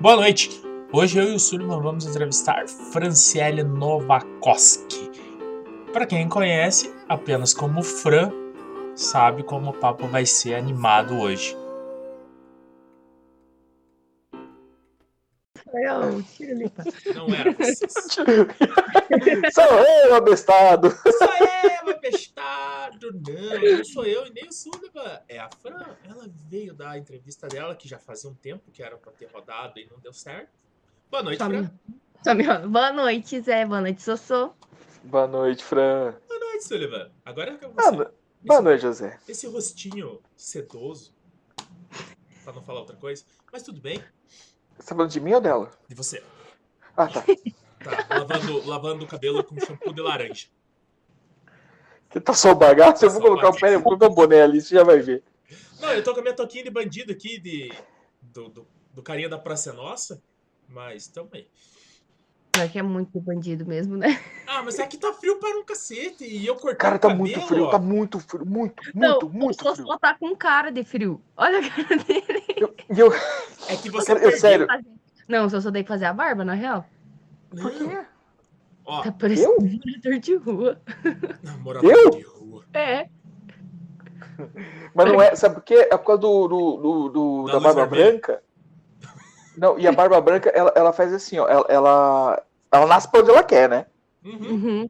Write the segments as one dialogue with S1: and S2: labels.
S1: Boa noite! Hoje eu e o Sullivan vamos entrevistar Franciele Novakoski. Para quem conhece, apenas como Fran, sabe como o papo vai ser animado hoje.
S2: Não, tira limpa.
S1: Não era assim. vocês.
S3: Sou eu, abestado!
S1: Sou eu, apestado! Não, não sou eu e nem o Sullivan. É a Fran. Ela veio da entrevista dela, que já fazia um tempo que era pra ter rodado e não deu certo. Boa noite,
S2: Tá me-
S1: Fran.
S2: Só me olha. Boa noite, Zé. Boa noite, Sossô.
S3: Boa noite, Fran.
S1: Boa noite, Sullivan. Agora é com
S3: Ah,
S1: você.
S3: Boa noite, José.
S1: Esse rostinho sedoso, pra não falar outra coisa, mas tudo bem.
S3: Você tá falando de mim ou dela?
S1: E você?
S3: Ah, tá.
S1: Tá lavando, lavando o cabelo com shampoo de laranja.
S3: Você tá só o bagaço? Eu vou
S1: Só o
S3: colocar o
S1: bagaço.
S3: pé, eu vou colocar o boné ali, você já vai ver.
S1: Não, eu tô com a minha toquinha de bandido aqui, de, do, do, do carinha da Praça é Nossa, mas também.
S2: Pior que é muito bandido mesmo, né?
S1: Ah, mas aqui tá frio para um cacete, e eu cortei
S3: Cara,
S1: o
S3: tá
S1: cabelo,
S3: muito frio,
S1: ó.
S3: tá muito frio, muito,
S2: Não,
S3: muito,
S2: o
S3: muito frio.
S2: Sossô tá com cara de frio. Olha a cara dele.
S3: Eu- E eu,
S1: É que você
S3: eu,
S1: perdeu.
S3: sério,
S2: Não, o Sossô tem que fazer a barba, na real.
S3: por quê? Ah,
S1: Ó,
S2: Tá parecendo um morador de rua.
S1: namorador
S3: Eu?
S1: de rua.
S2: É.
S3: Mas não é, sabe por quê? É por causa do, do, do- do-
S1: Da
S3: da
S1: luz
S3: barba
S1: vermelha.
S3: branca. Não, e a barba branca, ela, ela faz assim, ó, ela, ela, ela nasce pra onde ela quer, né?
S1: Uhum.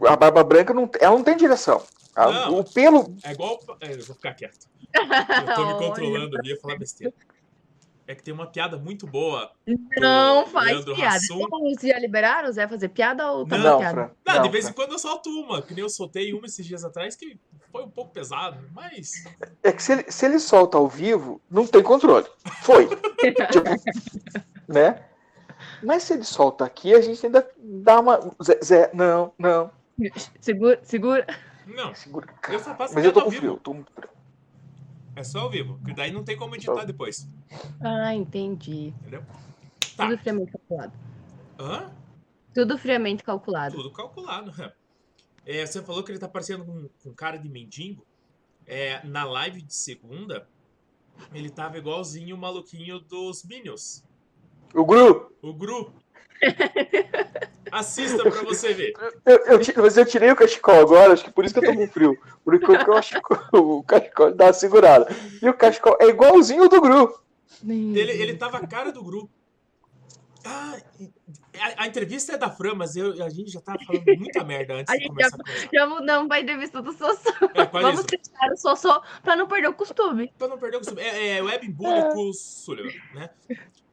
S2: Uhum.
S3: A barba branca, não, ela não tem direção. A-
S1: Não.
S3: o pelo,
S1: É igual. É, eu vou ficar quieto. Eu tô me
S2: Olha.
S1: controlando, eu ia falar besteira. É que tem uma piada muito boa.
S2: Não faz
S1: Leandro
S2: piada.
S1: Hassum.
S2: Então, Vocês já liberaram o Zé fazer piada ou tá
S1: Não,
S3: Não,
S2: piada?
S3: Fran.
S1: Não,
S3: não, tá.
S1: de vez
S3: Fran.
S1: em quando eu solto uma, que nem eu soltei uma esses dias atrás, que foi um pouco pesado, mas.
S3: É que se ele, se ele solta ao vivo, não tem controle. Foi. Tipo, né? Mas se ele solta aqui, a gente ainda dá uma. Zé, Zé, não, não.
S2: Segura, segura.
S1: Não,
S3: Segura.
S1: eu só faço
S3: Mas eu
S1: piada
S3: tô
S1: ao
S3: com
S1: vivo.
S3: frio. Tô muito frio.
S1: É só ao vivo, que daí não tem como editar
S3: Tá.
S1: depois.
S2: Ah, entendi.
S1: Entendeu? Tá.
S2: Tudo friamente calculado.
S1: Hã?
S2: Tudo friamente calculado.
S1: Tudo calculado. É, você falou que ele tá parecendo com, com cara de mendigo. É, na live de segunda, ele tava igualzinho o maluquinho dos Minions.
S3: O Gru,
S1: O Gru. Assista pra você ver.
S3: eu, eu ti- mas eu tirei o cachecol agora, acho que por isso que eu tô com frio. Porque eu acho que o cachecol dá uma segurada. E o cachecol é igualzinho ao do Gru.
S1: Ele, ele tava a cara do Gru. Ah, e- a, a entrevista é da Fran, mas eu, a gente já tava falando muita merda antes
S2: A
S1: de
S2: gente
S1: começar a conversar.
S2: Já mudamos pra entrevista do Sossô.
S1: É, quase
S2: Vamos
S1: isso.
S2: deixar o Sossô pra não perder o costume.
S1: Pra não perder o costume. É, é webbullying com o Sullivan, né?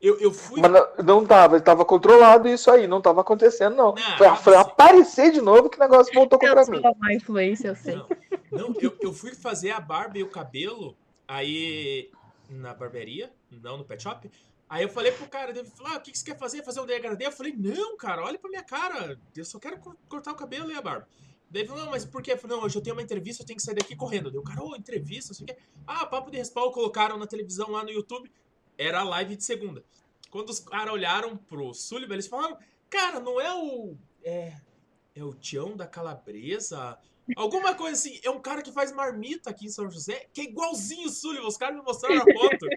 S1: Eu, eu fui...
S3: Mas não, não tava, ele tava controlado isso aí, não tava acontecendo, não.
S1: Não,
S3: Foi a Fran
S1: mas- assim,
S3: aparecer de novo que o negócio voltou
S2: Eu
S3: contra
S2: sou
S3: mim.
S2: a má influência, eu sei.
S1: Não, não, eu, eu fui fazer a barba e o cabelo aí na barbearia, não no pet shop. Aí eu falei pro cara, ele falou, ah, o que que você quer fazer? Fazer um degradê? Eu falei, não, cara, olha pra minha cara, eu só quero co- cortar o cabelo e a barba. Daí ele falou, não, mas por quê? Eu falei, não, hoje eu tenho uma entrevista, eu tenho que sair daqui correndo. Deu, cara, ô, entrevista, não sei o quê. Ah, papo de respawn colocaram na televisão lá no YouTube, era a live de segunda. Quando os caras olharam pro Sullivan, eles falaram, cara, não é o... É, é o Tião da Calabresa, Alguma coisa assim, é um cara que faz marmita aqui em São José, que é igualzinho o Sullivan, os caras me mostraram a foto.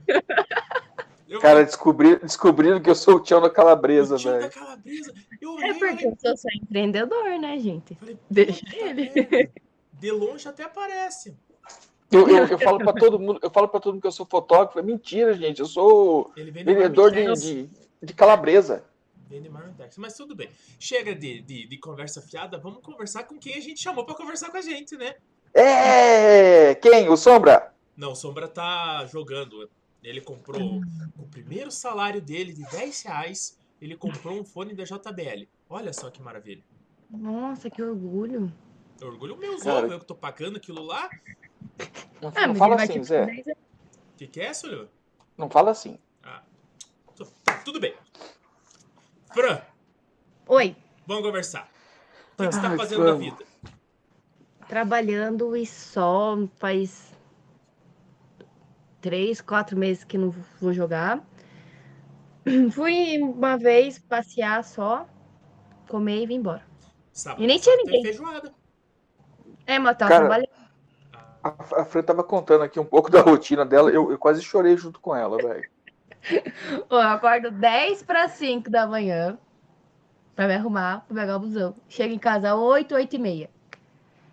S1: Eu
S3: Cara, descobri, descobriram que eu sou o Tião da Calabresa,
S1: o tio da
S3: velho.
S1: calabresa. Eu olhei,
S2: É porque
S1: olhei,
S2: eu sou só empreendedor, né, gente?
S1: falei,
S2: Deixa
S1: puta
S2: ele.
S1: merda. De longe até aparece.
S3: Eu, eu, eu falo pra todo mundo, eu falo para todo mundo que eu sou fotógrafo. É mentira, gente. Eu sou
S1: Ele vende
S3: vendedor de,
S1: marmitex.
S3: de, de Calabresa.
S1: Vende marmitex. Mas tudo bem. Chega de, de, de conversa fiada, vamos conversar com quem a gente chamou pra conversar com a gente, né?
S3: É! Quem? O Sombra?
S1: Não, o Sombra tá jogando. Ele
S3: Uhum.
S1: comprou o primeiro salário dele de 10 reais, ele comprou um fone da JBL. Olha só que maravilha.
S2: Nossa, que orgulho.
S1: Orgulho meu,
S3: Cara.
S1: Zorro, eu que tô pagando aquilo lá.
S3: Não,
S2: Ah,
S3: não
S2: mas
S3: fala
S2: ele vai
S3: assim,
S2: te
S3: Zé.
S2: dar isso.
S1: O que, que é, senhor?
S3: Não fala assim.
S1: Tá, tudo bem. Fran,
S2: Oi,
S1: vamos conversar. O que, que você tá
S3: Ai,
S1: fazendo na
S3: vamos.
S1: vida?
S2: trabalhando e só faz três, quatro meses que não vou jogar. Fui uma vez passear só, comer e vim embora.
S1: Sábado
S2: E nem tinha
S1: passado teve feijoada.
S2: É, mas tava
S3: Cara,
S2: trabalhando.
S3: A, a Fran tava contando aqui um pouco da rotina dela. Eu, eu quase chorei junto com ela, velho.
S2: Ó, eu acordo 10 para 5 da manhã para me arrumar, pra pegar o busão. Chego em casa 8, 8 e meia.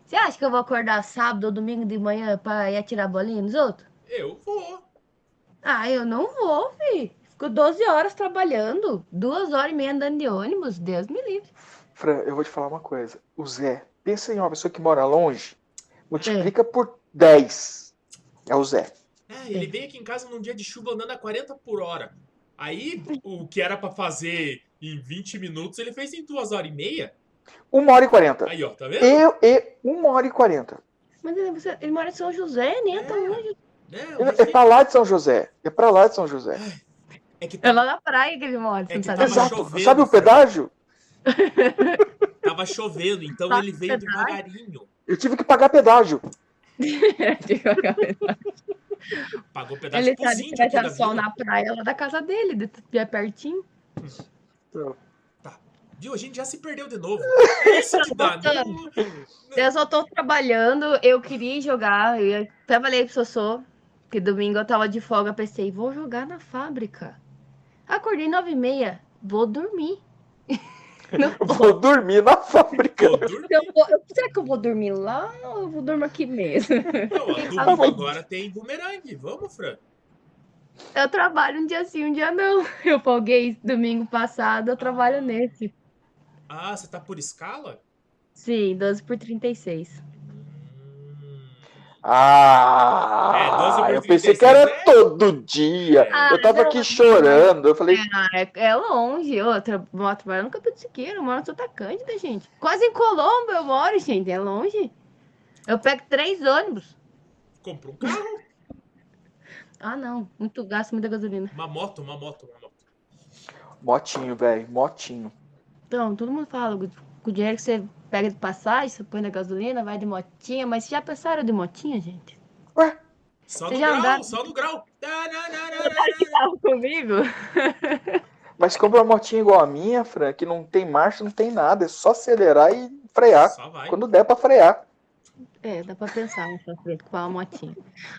S2: Você acha que eu vou acordar sábado ou domingo de manhã para ir atirar bolinha nos outros?
S1: Eu vou.
S2: Ah, eu não vou, fi. Fico 12 horas trabalhando, duas horas e meia andando de ônibus, Deus me livre.
S3: Fran, eu vou te falar uma coisa. O Zé, pensa em uma pessoa que mora longe, multiplica por 10. É o Zé.
S1: É, ele veio aqui em casa num dia de chuva andando a 40 por hora. Aí, o que era pra fazer em 20 minutos, ele fez em 2 horas e meia.
S3: 1 hora e 40.
S1: Aí, ó, tá vendo?
S2: É.
S3: Eu e 1 hora e 40.
S2: Mas ele, você- ele mora em São José, nem é tão
S1: É.
S2: longe.
S1: É, eu
S3: É,
S1: achei-
S3: é pra lá de São José. É pra lá de São José.
S1: é que
S2: É
S1: tava,
S2: lá na praia que ele mora, você
S1: É
S2: não
S1: que
S2: sabe?
S1: tava
S3: Exato.
S1: chovendo,
S3: Sabe o
S1: Fran.
S3: pedágio?
S1: tava chovendo, então
S2: Tá
S1: ele veio
S2: verdade.
S1: devagarinho.
S3: Eu tive que pagar pedágio.
S1: Pagou pedaço
S2: Ele
S1: pros
S2: sabe que
S1: índios
S2: vai
S1: aqui
S2: ter
S1: da
S2: sol
S1: vila.
S2: na praia lá da casa dele, de- de- é pertinho.
S1: Viu? A gente já se perdeu de novo. É Isso que dá.
S2: Voltando.
S1: Não-
S2: Eu só tô trabalhando, eu queria jogar, eu até falei pro Sossô, que domingo eu tava de folga, pensei, vou jogar na fábrica. Acordei nove e meia, vou dormir.
S3: Vou dormir na fábrica.
S1: Pô, dormiu.
S2: Eu vou- eu- será que eu vou dormir lá ou eu vou dormir aqui mesmo?
S1: Não, ó,
S2: Ah,
S1: domingo
S3: mas-
S1: agora tem bumerangue. Vamos, Fran.
S2: Eu trabalho um dia sim, um dia não. Eu folguei domingo passado, eu trabalho nesse.
S1: Ah, você tá por escala?
S2: Sim, 12 por 36.
S1: Hum, É, 12
S3: Ah,
S1: por
S3: eu pensei
S1: 36,
S3: que era
S1: né?
S3: todo dia.
S1: É.
S3: eu tava
S2: Ah,
S3: aqui
S2: não.
S3: chorando. Eu falei,
S2: Ah, é, é longe. Eu tra moro trabalhando no Campo de Siqueira, eu moro no Santa Cândida, gente. Quase em Colombo eu moro, gente. É longe. Eu pego três ônibus.
S1: Compra um carro,
S2: Ah, não. Muito gasto, muita gasolina.
S1: uma moto, uma moto, uma moto.
S3: motinho, velho, motinho.
S2: Então, todo mundo fala, "Gu- com o dinheiro que você pega de passagem, você põe na gasolina, vai de motinha. Mas já pensaram de motinha, gente?
S1: Só
S2: Você
S1: no
S2: já
S1: grau,
S2: andaram?
S1: só no grau. Tá, na, na, na, na,
S2: Que tava comigo?
S3: Mas compra uma motinha igual a minha, Fran, que não tem marcha, não tem nada. É só acelerar e
S1: na.
S3: frear.
S1: Só vai.
S3: Quando der pra frear.
S2: É, dá pra pensar nessa frente com a motinha.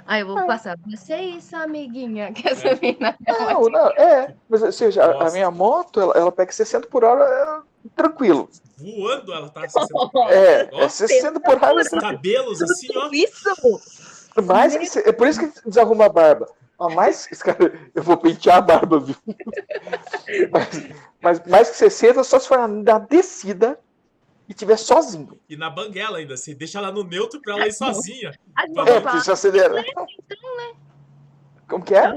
S2: Aí eu vou passar. Você é isso, amiguinha. Que essa
S1: É.
S2: mina é uma
S3: Não, não, é. Mas, ou seja, a, a
S1: Nossa.
S3: minha moto, ela, ela pega 60 por hora é, tranquilo.
S1: Voando ela tá. assim, sendo-
S3: É,
S1: Ó,
S2: assim.
S3: é 60 por hora.
S1: os cabelos assim, ó.
S2: Isso!
S3: Mais que, se- é por isso que desarruma a barba. Ó, mais, cara, eu vou pentear a barba, viu? Mas, mas mais que 60, só se for na descida e tiver sozinho.
S1: E na banguela ainda. Você deixa ela no neutro pra ela ir sozinha.
S2: Aí eu vou
S3: É, porque
S2: falar
S3: se acelera. Como que é?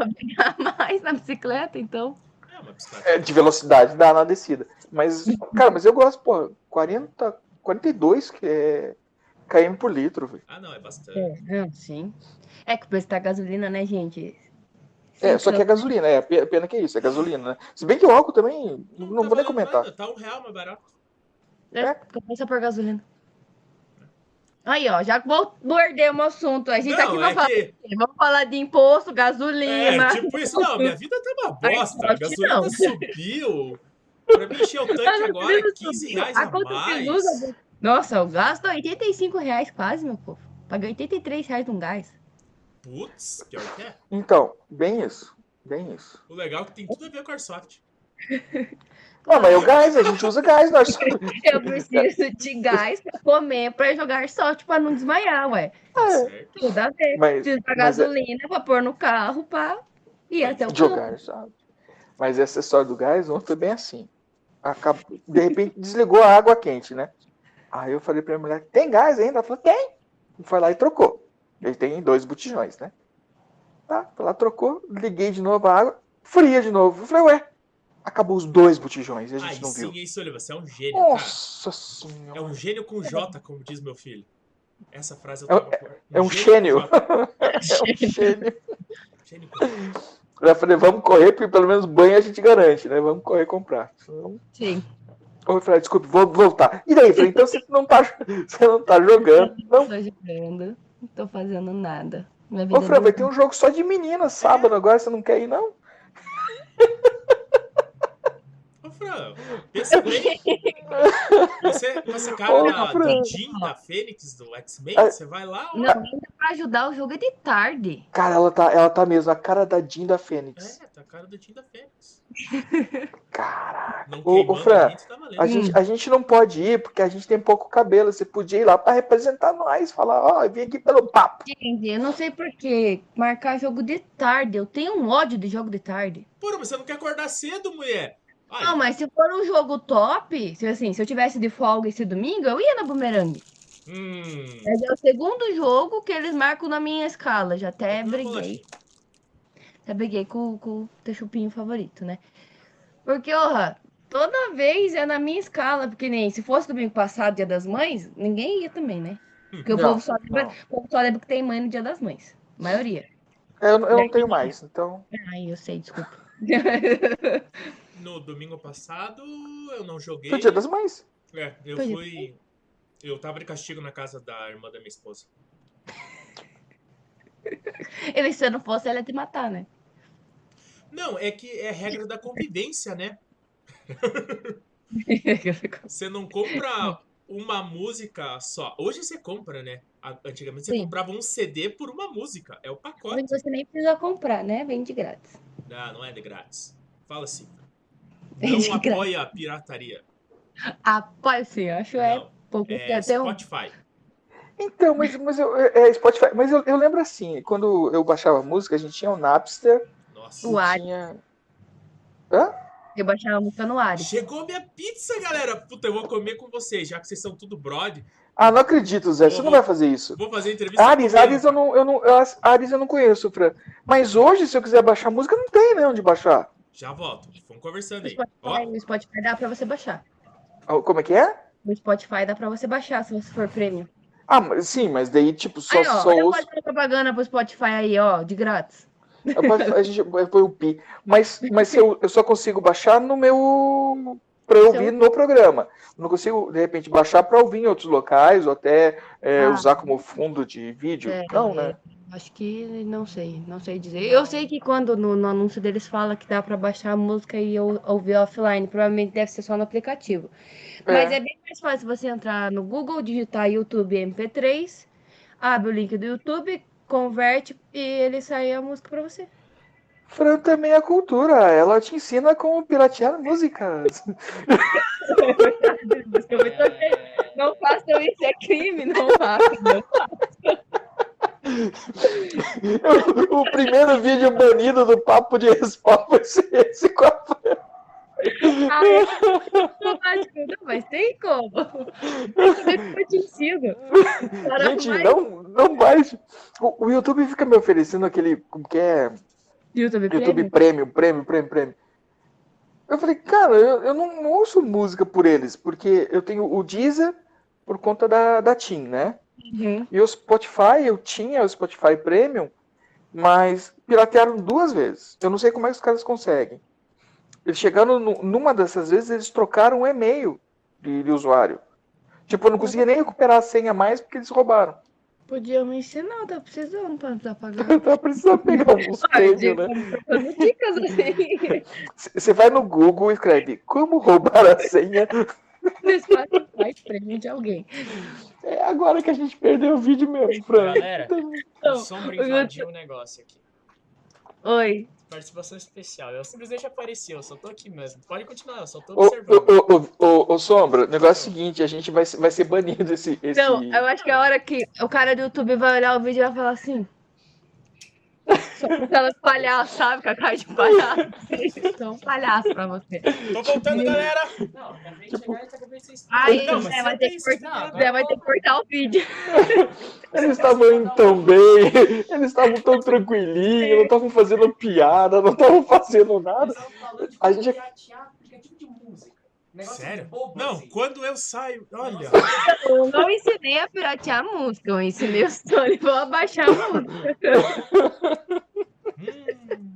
S2: mais na bicicleta, então.
S1: É uma bicicleta.
S3: É, de velocidade, dá na descida. Mas, cara, mas eu gosto, pô, 40, 42 que é km por litro, velho.
S1: Ah, não, é bastante.
S2: É, sim. É que o preço da gasolina, né, gente?
S3: É, só que é gasolina, é, pe- pena que é isso, é gasolina, né? Se bem que o álcool também, não,
S1: tá
S3: vou nem
S1: valendo
S3: comentar.
S1: nada, Tá um real mais barato.
S2: É, começa por gasolina. Aí, ó, já vol- mordemos o assunto. A gente tá aqui
S1: Não,
S2: pra
S1: é
S2: falar.
S1: que.
S2: Vamos falar de imposto,
S1: É,
S2: gasolina.
S1: tipo isso, não, minha vida tá uma
S2: Ai,
S1: bosta. A
S2: sorte
S1: gasolina
S2: não.
S1: subiu. Pra mim encher o tanque
S2: Gasolina
S1: agora é
S2: subiu.
S1: 15 reais
S2: A
S1: a
S2: conta de
S1: mais.
S2: luz, a Nossa, o gasto é 85 reais quase, meu povo. Paguei 83 reais num gás.
S1: Putz, pior que é.
S3: Então, bem isso, bem isso.
S1: O legal é que tem tudo a ver com Airsoft.
S3: Ah, mas é o gás, a gente usa gás, nós.
S2: Eu preciso de gás pra comer, pra jogar sorte, pra não desmaiar, ué.
S1: Tá
S3: É.
S1: certo.
S2: Tudo a ver.
S3: Mas,
S2: Preciso pra
S3: mas é-
S2: gasolina, pra pôr no carro, pra ir até o campo.
S3: jogar, sabe? Mas essa história do gás ontem foi bem assim. Acabou- De repente desligou a água quente, né? Aí eu falei pra minha mulher, tem gás ainda? Ela falou, tem. Foi lá e trocou. Ele tem dois botijões, né? Tá, foi lá, trocou, liguei de novo a água, fria de novo. Eu falei, ué, acabou os dois botijões, a gente
S1: Aí
S3: não
S1: sim,
S3: viu.
S1: hein, Sullivan? Você é um gênio, cara.
S3: Nossa senhora.
S1: É um gênio com J, como diz meu filho. Essa frase eu
S3: É um-
S1: tava por-
S3: é um
S1: com
S3: gênio.
S1: J.
S3: É um gênio.
S1: Gênio com J.
S3: Eu falei, vamos correr, porque pelo menos banho a gente garante, né? Vamos correr comprar. Então,
S2: Sim.
S3: Ô, Fred, desculpe, vou voltar. E daí, Fred, então você não tá, você não tá jogando. Não.
S2: Tô jogando, não tô fazendo nada. Minha vida
S3: Ô, Fred, vai
S2: é
S3: ter um jogo só de meninas sábado agora, você não quer ir, não?
S1: Ô, Fran, pensa bem. Você, com esse cara
S3: É um Ô,
S1: da,
S3: Fran.
S1: do Jean, da Fênix, do X-Men,
S3: Ah.
S1: você vai lá, ó.
S2: Não, ainda pra ajudar, o jogo é de tarde.
S3: Cara, ela tá, ela tá mesmo, a cara da Jean da Fênix.
S1: É, tá cara da Tinda Fênix.
S3: Caraca.
S1: Não
S3: Ô, ô,
S1: queimando
S3: Fran,
S1: a gente, tá valendo.
S3: A gente, a gente não pode ir porque a gente tem pouco cabelo. Você podia ir lá pra representar nós, falar, ó, eu vim aqui pelo papo.
S2: Gente, eu não sei por que marcar jogo de tarde. Eu tenho um ódio de jogo de tarde.
S1: Porra, mas você não quer acordar cedo, mulher? Aí,
S2: Não, mas se for um jogo top, se, assim, se eu tivesse de folga esse domingo, eu ia na Boomerang.
S1: hum,
S2: Mas é o segundo jogo que eles marcam na minha escala. Já até
S1: Não,
S2: é, briguei. Já briguei com, com o teu chupinho favorito, né? Porque, orra, toda vez é na minha escala. Porque nem se fosse domingo passado, dia das mães, ninguém ia também, né? Porque o
S3: Não,
S2: povo só lembra,
S3: não.
S2: o povo só lembra que tem mãe no dia das mães. A maioria.
S3: Eu, eu não tenho mais, então.
S2: Ai, eu sei, desculpa.
S1: no domingo passado eu não joguei.
S3: Foi dia das mães.
S1: É, eu
S2: Foi.
S1: fui. Eu tava de castigo na casa da irmã da minha esposa.
S2: Ele, se eu não fosse, ela ia te matar, né?
S1: Não, é que é regra da convivência, né? Você não compra uma música só. Hoje você compra, né? A- Antigamente você
S2: Sim.
S1: comprava um CD por uma música. É o pacote.
S2: Mas você nem precisa comprar, né? Vem de grátis.
S1: Não, não é de grátis. Fala assim.
S2: É
S1: Não
S2: de grátis.
S1: apoia a pirataria.
S2: Apoio sim, acho é
S1: Não.
S2: pouco.
S1: É
S2: até um...
S1: Spotify.
S3: Então, mas, mas eu, é é Spotify. Mas eu, eu lembro assim, quando eu baixava música, a gente tinha o Napster.
S1: Nossa.
S2: Uai. Uai.
S3: Tinha...
S2: Eu baixava a música no ar.
S1: Chegou minha pizza, galera. Puta, eu vou comer com vocês, já que vocês são tudo brode.
S3: Ah, não acredito, Zé. Você não vai fazer isso.
S1: Vou fazer entrevista.
S3: Ares,
S1: comendo.
S3: Ares eu não, eu não, eu- Ares eu não conheço, Fran. Mas hoje, se eu quiser baixar música, não tem, né, onde baixar.
S1: Já volto. Vamos conversando
S2: No
S1: aí. Ó,
S2: Spotify, no Spotify dá pra você baixar.
S3: Ah, Como é que é?
S2: No Spotify dá pra você baixar se você for prêmio.
S3: Ah, mas- sim, mas daí, tipo, só,
S2: Aí, ó,
S3: só
S2: olha
S3: ouço.
S2: a propaganda pro Spotify aí, ó, de grátis.
S3: Eu posso- A gente põe o pi. Mas, mas se eu, eu só consigo baixar no meu. Pra eu ouvir no programa. Não consigo, de repente, baixar pra ouvir em outros locais ou até é,
S2: Ah.
S3: usar como fundo de vídeo.
S2: É,
S3: não, né?
S2: Acho que não sei, não sei dizer. Eu sei que quando no, no anúncio deles fala que dá pra baixar a música e ou- ouvir offline, provavelmente deve ser só no aplicativo. Mas é bem mais fácil você entrar no Google, digitar YouTube MP3, abre o link do YouTube, converte e ele sai a música pra você.
S3: Fran também é cultura. Ela te ensina como piratear músicas.
S2: Não façam isso, é crime, não façam.
S3: o primeiro vídeo banido do Papo de Respawn vai ser esse com a
S2: Ah, eu não faço, não, mas tem como. Eu te ensino. Cara,
S3: Gente,
S2: vai-
S3: não, não baixe. O, o YouTube fica me oferecendo aquele. Como que é?
S2: YouTube
S3: YouTube
S2: Premium?
S3: Premium, Premium, Premium, Premium. Eu falei, cara, eu, eu não, não ouço música por eles, porque eu tenho o Deezer por conta da, da TIM, né?
S2: Uhum.
S3: E o Spotify, eu tinha o Spotify Premium, mas piratearam duas vezes. Eu não sei como é que os caras conseguem. Eles chegaram nu- numa dessas vezes, eles trocaram um e-mail de, de usuário. Tipo, eu não conseguia nem recuperar a senha mais porque eles roubaram.
S2: Podia me ensinar, tá precisando pra não tá pagando.
S3: Eu tava precisando Então, pegar alguns prêmios, né?
S2: Dando dicas assim.
S3: C- Você vai no Google e escreve como roubar a senha.
S2: No Spotify Premium de alguém.
S3: É agora que a gente perdeu o vídeo mesmo, Fran.
S4: Galera,
S2: Então,
S4: o Sombra invadiu o um negócio aqui.
S2: Oi.
S4: Participação especial. Eu simplesmente apareci, eu só tô aqui mesmo. Pode continuar, eu só tô
S3: Ô,
S4: observando.
S3: ô, ô, ô, ô, Sombra, o negócio é o seguinte, a gente vai, ser- vai ser banido esse... esse...
S2: Então, eu acho que a hora que o cara do YouTube vai olhar o vídeo e vai falar assim. Só pra ela palhaço, sabe? Com a cara de palhaço. Então, um palhaço pra você.
S1: Tô voltando, galera.
S4: Não, acabei de chegar e acabei de ser
S2: Ai,
S1: Não,
S2: Zé,
S1: mas
S2: vai
S1: você
S2: ter
S1: tem
S2: que
S1: isso,
S2: cortar.
S1: não, agora-
S2: Zé, vai ter que cortar o vídeo.
S3: Eles estavam indo tão bem, eles estavam tão tranquilinhos, não estavam fazendo piada, não estavam fazendo nada. A gente-
S4: é tipo
S1: Sério?
S4: assim.
S1: Não, quando eu saio. Olha.
S2: Eu não ensinei a piratear música, eu ensinei o Sony vou abaixar a música.
S1: hum,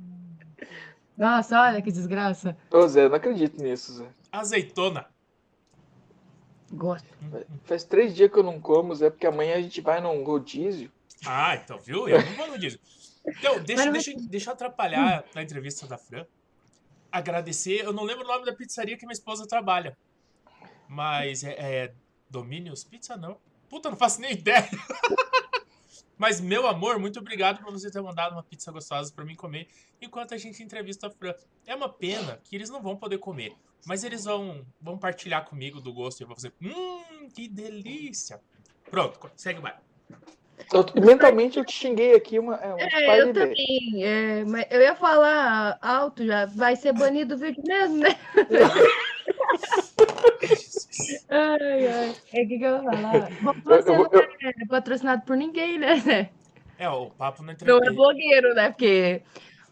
S2: Nossa, olha que desgraça.
S3: Ô Zé, eu não acredito nisso, Zé.
S1: azeitona.
S2: Gosto.
S3: Faz três dias que eu não como, Zé, porque amanhã a gente vai num rodízio.
S1: Ah, então, viu? Eu não vou no dízimo. Então, deixa,
S2: Mas-
S1: deixa, deixa eu atrapalhar na entrevista da Fran. Agradecer. Eu não lembro o nome da pizzaria que minha esposa trabalha. Mas é. é Domínios Pizza, não. Puta, não faço nem ideia. Mas, meu amor, muito obrigado por você ter mandado uma pizza gostosa pra mim comer enquanto a gente entrevista a Fran. É uma pena que eles não vão poder comer, mas eles vão, vão partilhar comigo do gosto e eu vou fazer. Hum, que delícia! Pronto, segue o baile.
S3: Eu- mentalmente eu te xinguei aqui uma, é, umas
S2: É,
S3: par de
S2: eu
S3: vezes.
S2: também. é, mas eu ia falar alto já. Vai ser banido o vídeo mesmo, né?
S1: Jesus.
S2: Ai, ai. É o que, que eu ia falar? Bom,
S3: Eu-
S2: você
S3: eu vou-
S2: não é patrocinado por ninguém, né?
S1: É, ó, o papo não
S2: Não é
S1: entrevista.
S2: blogueiro, né? Porque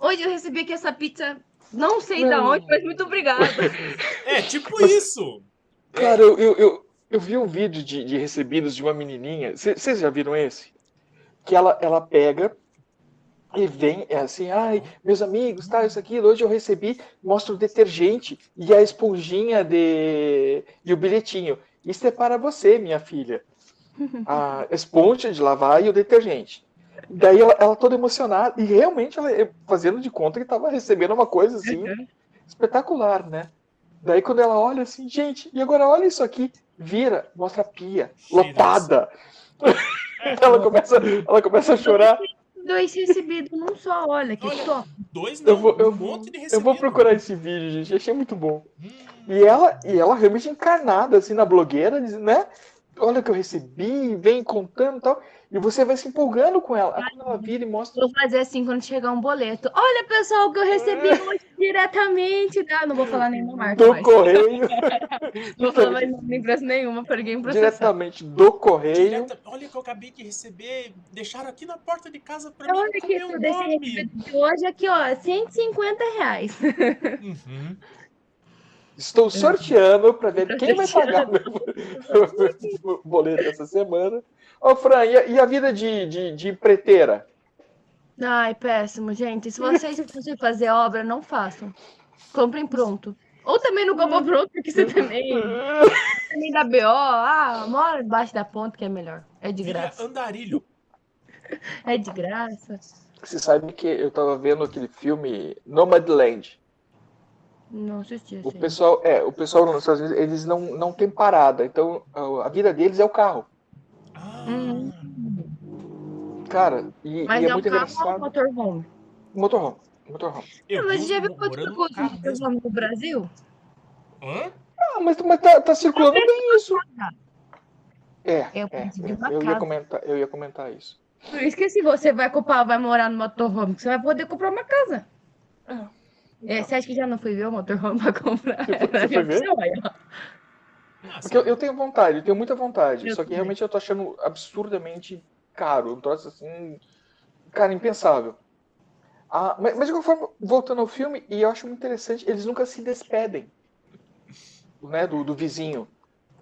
S2: hoje eu recebi aqui essa pizza, não sei da onde, mas muito obrigada.
S1: É, tipo isso!
S3: Cara, eu, eu, eu, eu vi um vídeo de, de recebidos de uma menininha. Cê- Vocês já viram esse? Que ela, ela pega e vem é assim, ai, meus amigos, tá, isso aqui, hoje eu recebi, mostra o detergente e a esponjinha de... e o bilhetinho. Isso é para você, minha filha. A esponja de lavar e o detergente. Daí ela, ela toda emocionada, e realmente ela é fazendo de conta que estava recebendo uma coisa assim, espetacular, né? Daí quando ela olha assim, gente, e agora olha isso aqui, vira, mostra a pia,
S1: Cheira
S3: lotada. ela, começa, ela começa a chorar.
S2: Dois recebidos num só, olha, que
S1: Olha.
S2: só.
S1: Dois não,
S3: Eu vou, eu,
S1: um monte de
S3: eu
S1: recebido.
S3: vou procurar esse vídeo, gente, achei muito bom.
S1: Hum,
S3: E ela, e ela realmente encarnada, assim, na blogueira, dizendo, né? Olha o que eu recebi, vem contando e tal. E você vai se empolgando com ela. Aí ela vira e mostra.
S2: Vou fazer assim quando chegar um boleto. Olha, pessoal, o que eu recebi
S3: É.
S2: hoje diretamente. da- Não vou falar nenhuma marca
S3: Do
S2: mais. Não
S3: correio,
S2: vou falar mais nenhuma empresa nenhuma pra ninguém processar.
S3: diretamente do correio.
S1: direta- Olha o que eu acabei de receber. Deixaram aqui na porta de casa pra
S2: Então, Olha
S1: mim com
S2: aqui,
S1: meu
S3: um
S2: esse desse
S1: nome.
S2: recebido de hoje aqui, ó, 150 reais.
S1: Uhum.
S3: Estou
S2: É.
S3: sorteando para
S2: Tá
S3: ver quem vai pagar meu meu boleto essa semana. Ô, Fran, e a, e a vida de, de, de empreiteira?
S2: Ai, péssimo, gente. Se vocês precisam fazer obra, não façam. Comprem pronto. Ou também não compram pronto, porque você também, também dá BO. Ah, mora embaixo da ponte que é melhor. É de
S1: Vira
S2: graça.
S1: andarilho.
S2: É de graça.
S3: Você sabe que eu tava vendo aquele filme Nomadland.
S2: Não assisti
S3: O
S2: assim.
S3: pessoal, é, o pessoal nos Estados Unidos, eles não, não tem parada. Então, a- a vida deles é o carro.
S1: Ah,
S2: Hum.
S3: Cara, e,
S2: Mas
S3: e é,
S2: é um
S3: muito
S2: carro ou um
S3: engraçado.
S2: motorhome?
S3: Motorhome, motorhome.
S1: eu
S2: Ah, Mas já
S1: vivo
S2: viu quanto
S1: morando
S2: que
S1: no
S2: custa
S1: carro
S2: um
S1: mesmo.
S2: motorhome no Brasil?
S1: Hã?
S3: Ah, mas, mas tá, tá circulando bem isso. É,
S2: Eu
S3: é,
S2: preciso de
S3: é,
S2: uma
S3: eu ia
S2: casa.
S3: comentar, eu ia comentar isso.
S2: Por isso que se você vai comprar, vai morar no motorhome, que você vai poder comprar uma casa. É, você acha que já não fui ver o motorhome pra comprar?
S3: Ah, então. Você foi- você foi ver?
S2: Não, aí, ó.
S1: Ah,
S3: Porque eu,
S1: sim.
S3: eu tenho vontade, eu tenho muita vontade.
S2: Eu
S3: só que
S2: também.
S3: realmente eu tô achando absurdamente caro. Um troço assim. Cara, impensável. Ah, mas, mas de qualquer forma, voltando ao filme, e eu acho muito interessante, eles nunca se despedem né, do, do vizinho.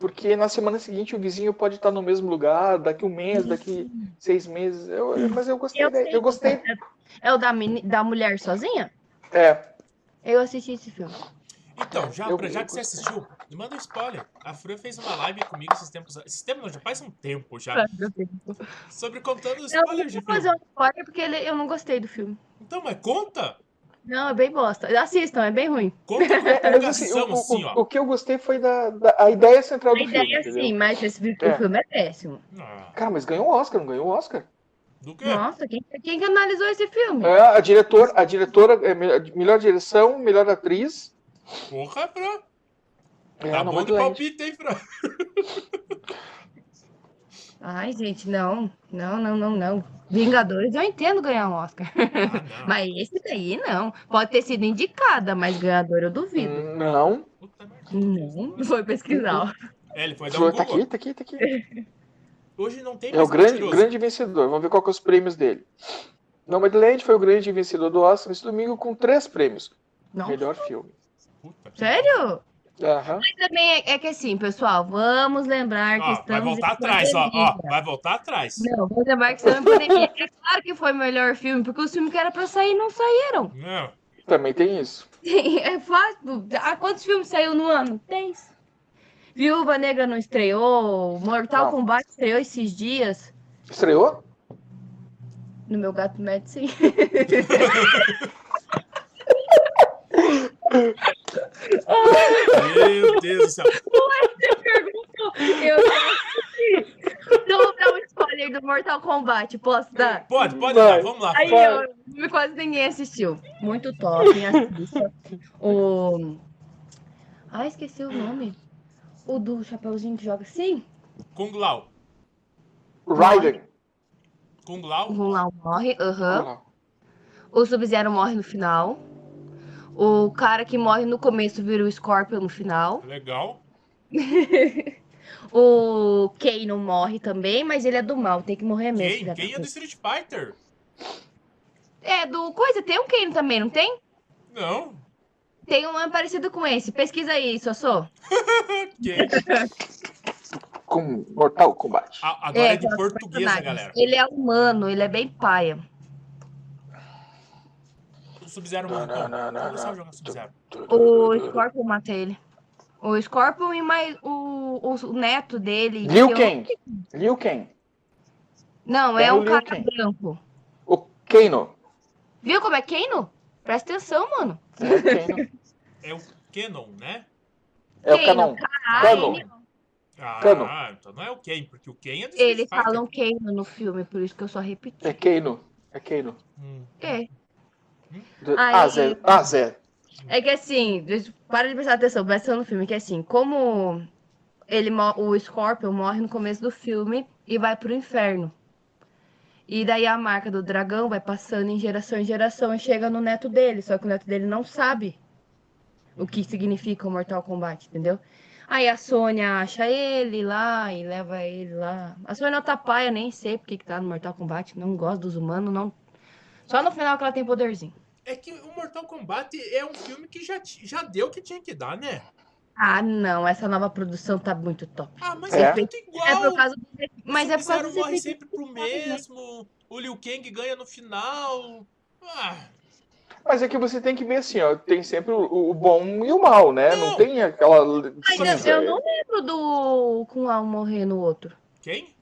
S3: Porque na semana seguinte o vizinho pode estar no mesmo lugar, daqui um mês, daqui seis meses. Eu- mas eu gostei.
S2: Hum. Eu
S3: da-
S2: sei.
S3: eu gostei.
S2: É o da, meni- da mulher sozinha?
S3: É,
S2: Eu assisti esse filme.
S1: Então, já,
S3: eu-
S1: pra- já
S3: eu
S1: que você
S3: gostei.
S1: assistiu, me manda um spoiler. A Fran fez uma live comigo esses tempos. Esses tempos não, já faz um tempo já. Sobre contando
S2: Não,
S1: spoiler
S2: não
S1: de
S2: vou
S1: filme.
S2: fazer um spoiler porque ele- eu não gostei do filme.
S1: Então, mas conta!
S2: Não, é bem bosta. Assistam, é bem ruim.
S1: Conta com
S3: é, mas assim,
S1: empolgação,
S3: o,
S1: assim,
S3: o, o
S1: ó.
S3: que eu gostei foi da, da- a ideia central
S2: A
S3: do filme.
S2: ideia é assim.
S3: entendeu?
S2: sim, mas esse filme,
S3: É.
S2: o filme é péssimo.
S1: Ah,
S3: Cara, mas ganhou o Oscar, não ganhou o Oscar?
S1: do quê?
S2: Nossa, quem, quem que analisou esse filme?
S3: É, a, diretor, a diretora, é, me- melhor direção, melhor atriz.
S1: Porra, Fran.
S3: É,
S1: Tá
S3: não,
S1: bom de
S3: Nomadland.
S1: palpite, hein, Fran?
S2: Ai, gente, não. Não, não, não, não. Vingadores, eu entendo ganhar um Oscar.
S1: Ah, não.
S2: Mas esse daí, não. Pode ter sido indicada, mas ganhador eu duvido.
S3: Hum, Não.
S1: Puta merda.
S2: Não, foi pesquisar.
S1: É, ele foi dar um
S3: Tá
S1: Google.
S3: aqui, tá aqui, tá aqui.
S1: Hoje não tem
S3: É o
S1: mais
S3: grande,
S1: mentiroso.
S3: grande vencedor. Vamos ver qual que é os prêmios dele. Nomadland foi o grande vencedor do Oscar esse domingo com três prêmios.
S2: Não.
S3: Melhor filme.
S1: Puta que
S2: Sério?
S3: Aham.
S2: Mas também é, é que assim, pessoal, vamos lembrar que
S1: Ó, vai
S2: estamos
S1: voltar
S2: em
S1: atrás, ó,
S2: pandemia.
S1: ó. Vai voltar atrás.
S2: Não, vamos lembrar que estamos em pandemia. É claro que foi o melhor filme, porque os filmes que era pra sair não saíram.
S1: Não.
S3: Também tem isso.
S2: É fácil. Há quantos filmes saiu no ano? Dez. Viúva Negra não estreou, Mortal
S3: Não.
S2: Kombat estreou esses dias.
S3: Estreou?
S2: No meu gato mete sim.
S1: Meu Deus do céu.
S2: Perguntou. Eu não assisti. Então vou dar um spoiler do do Mortal Kombat, posso dar?
S1: Pode, pode
S3: Vai.
S1: dar, vamos lá.
S2: Aí
S1: Fran.
S2: eu, quase ninguém assistiu. Muito top, hein? assista. O. Ah, esqueci o nome. O do Chapeuzinho que joga. Sim,
S1: Kung Lao.
S3: Raiden.
S1: Kung
S2: o
S1: Lao.
S2: Von Lao morre. Aham. O Sub-Zero morre no final. O cara que morre no começo vira o Scorpion no final.
S1: Legal.
S2: O Kano morre também, mas ele é do mal, tem que morrer mesmo.
S1: Quem?
S2: filha da
S1: Quem é do
S2: puta.
S1: Street Fighter?
S2: É, do coisa, tem um Kano também, não tem?
S1: Não.
S2: Tem um nome parecido com esse. Pesquisa aí, Sossô.
S1: Quem?
S3: Com Mortal Kombat.
S1: A- Agora é, de
S2: tem uns
S1: portuguesa,
S2: personagens.
S1: galera.
S2: Ele é humano, ele é bem paia.
S1: O Sub-Zero
S3: Não,
S1: morre.
S3: não,
S1: como?
S3: não, não,
S1: Como você
S3: não.
S1: vai jogar Sub-Zero?
S2: O Scorpion mata ele. O Scorpion e mais o, o, o neto dele.
S3: Liu
S2: que eu-
S3: Kang. Liu Kang.
S2: Não, é,
S3: É o
S2: um
S3: Liu
S2: cara
S3: Kang.
S2: branco.
S3: O Kano.
S2: Viu como é Kano? Presta atenção, mano.
S3: É o Kano.
S1: É o Kenon, né?
S3: É o
S2: Kano,
S3: Canon.
S2: Ah,
S3: Canon.
S2: ele,
S1: Ah,
S3: Kano.
S1: então não é o Ken, porque o Ken é do Street
S2: eles
S1: Fighter.
S2: falam Kano no filme, por isso que eu só repeti.
S3: É Kano. É Kano.
S1: Hum.
S2: É.
S3: Do-
S2: Aí-
S3: Ah, zero. Ah, zero.
S2: É que assim, des- para de prestar atenção, presta atenção no filme, que assim, como ele, mo- o Scorpion morre no começo do filme e vai pro inferno. E daí a marca do dragão vai passando em geração em geração e chega no neto dele, só que o neto dele não sabe o que significa o Mortal Kombat, entendeu? Aí a Sônia acha ele lá e leva ele lá. A Sônia é outra paia, nem sei porque que tá no Mortal Kombat, não gosta dos humanos, não. Só no final que ela tem poderzinho.
S1: É que o Mortal Kombat é um filme que já, ti- já deu o que tinha que dar, né?
S2: Ah, não, essa nova produção tá muito top.
S1: Ah, mas é,
S3: É.
S1: muito
S2: É
S1: igual.
S2: por causa do... Mas é por
S1: Sub-Zero
S2: causa desse
S1: morre
S2: efeito. né?
S1: sempre pro mesmo. O Liu Kang ganha no final. Ah,
S3: Mas é que você tem que ver assim, ó. Tem sempre o, o bom e o mal, né? Não,
S1: Não.
S3: tem aquela.
S2: Ainda eu não lembro do Kung Lao morrer no outro.
S1: quem?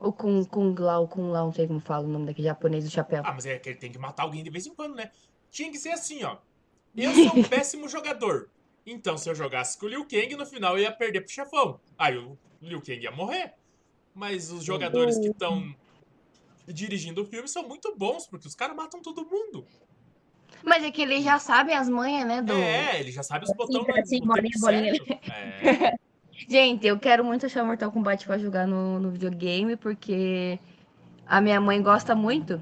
S2: Ou Kung, Kung Lao, Kung Lao, não sei como fala o nome daquele japonês do chapéu.
S1: Ah, mas é que ele tem que matar alguém de vez em quando, né? Tinha que ser assim, ó. Eu sou um péssimo jogador. Então, se eu jogasse com o Liu Kang, no final eu ia perder pro chefão. Aí o Liu Kang ia morrer. Mas os jogadores
S2: Uhum.
S1: que estão dirigindo o filme são muito bons, porque os caras matam todo mundo.
S2: Mas é que eles já sabem as manhas, né? Do...
S1: É, ele já sabe os botões
S2: Sim, sim, bolinha, Assim, bolinha.
S1: É,
S2: Gente, eu quero muito achar Mortal Kombat pra jogar no, no videogame, porque a minha mãe gosta muito.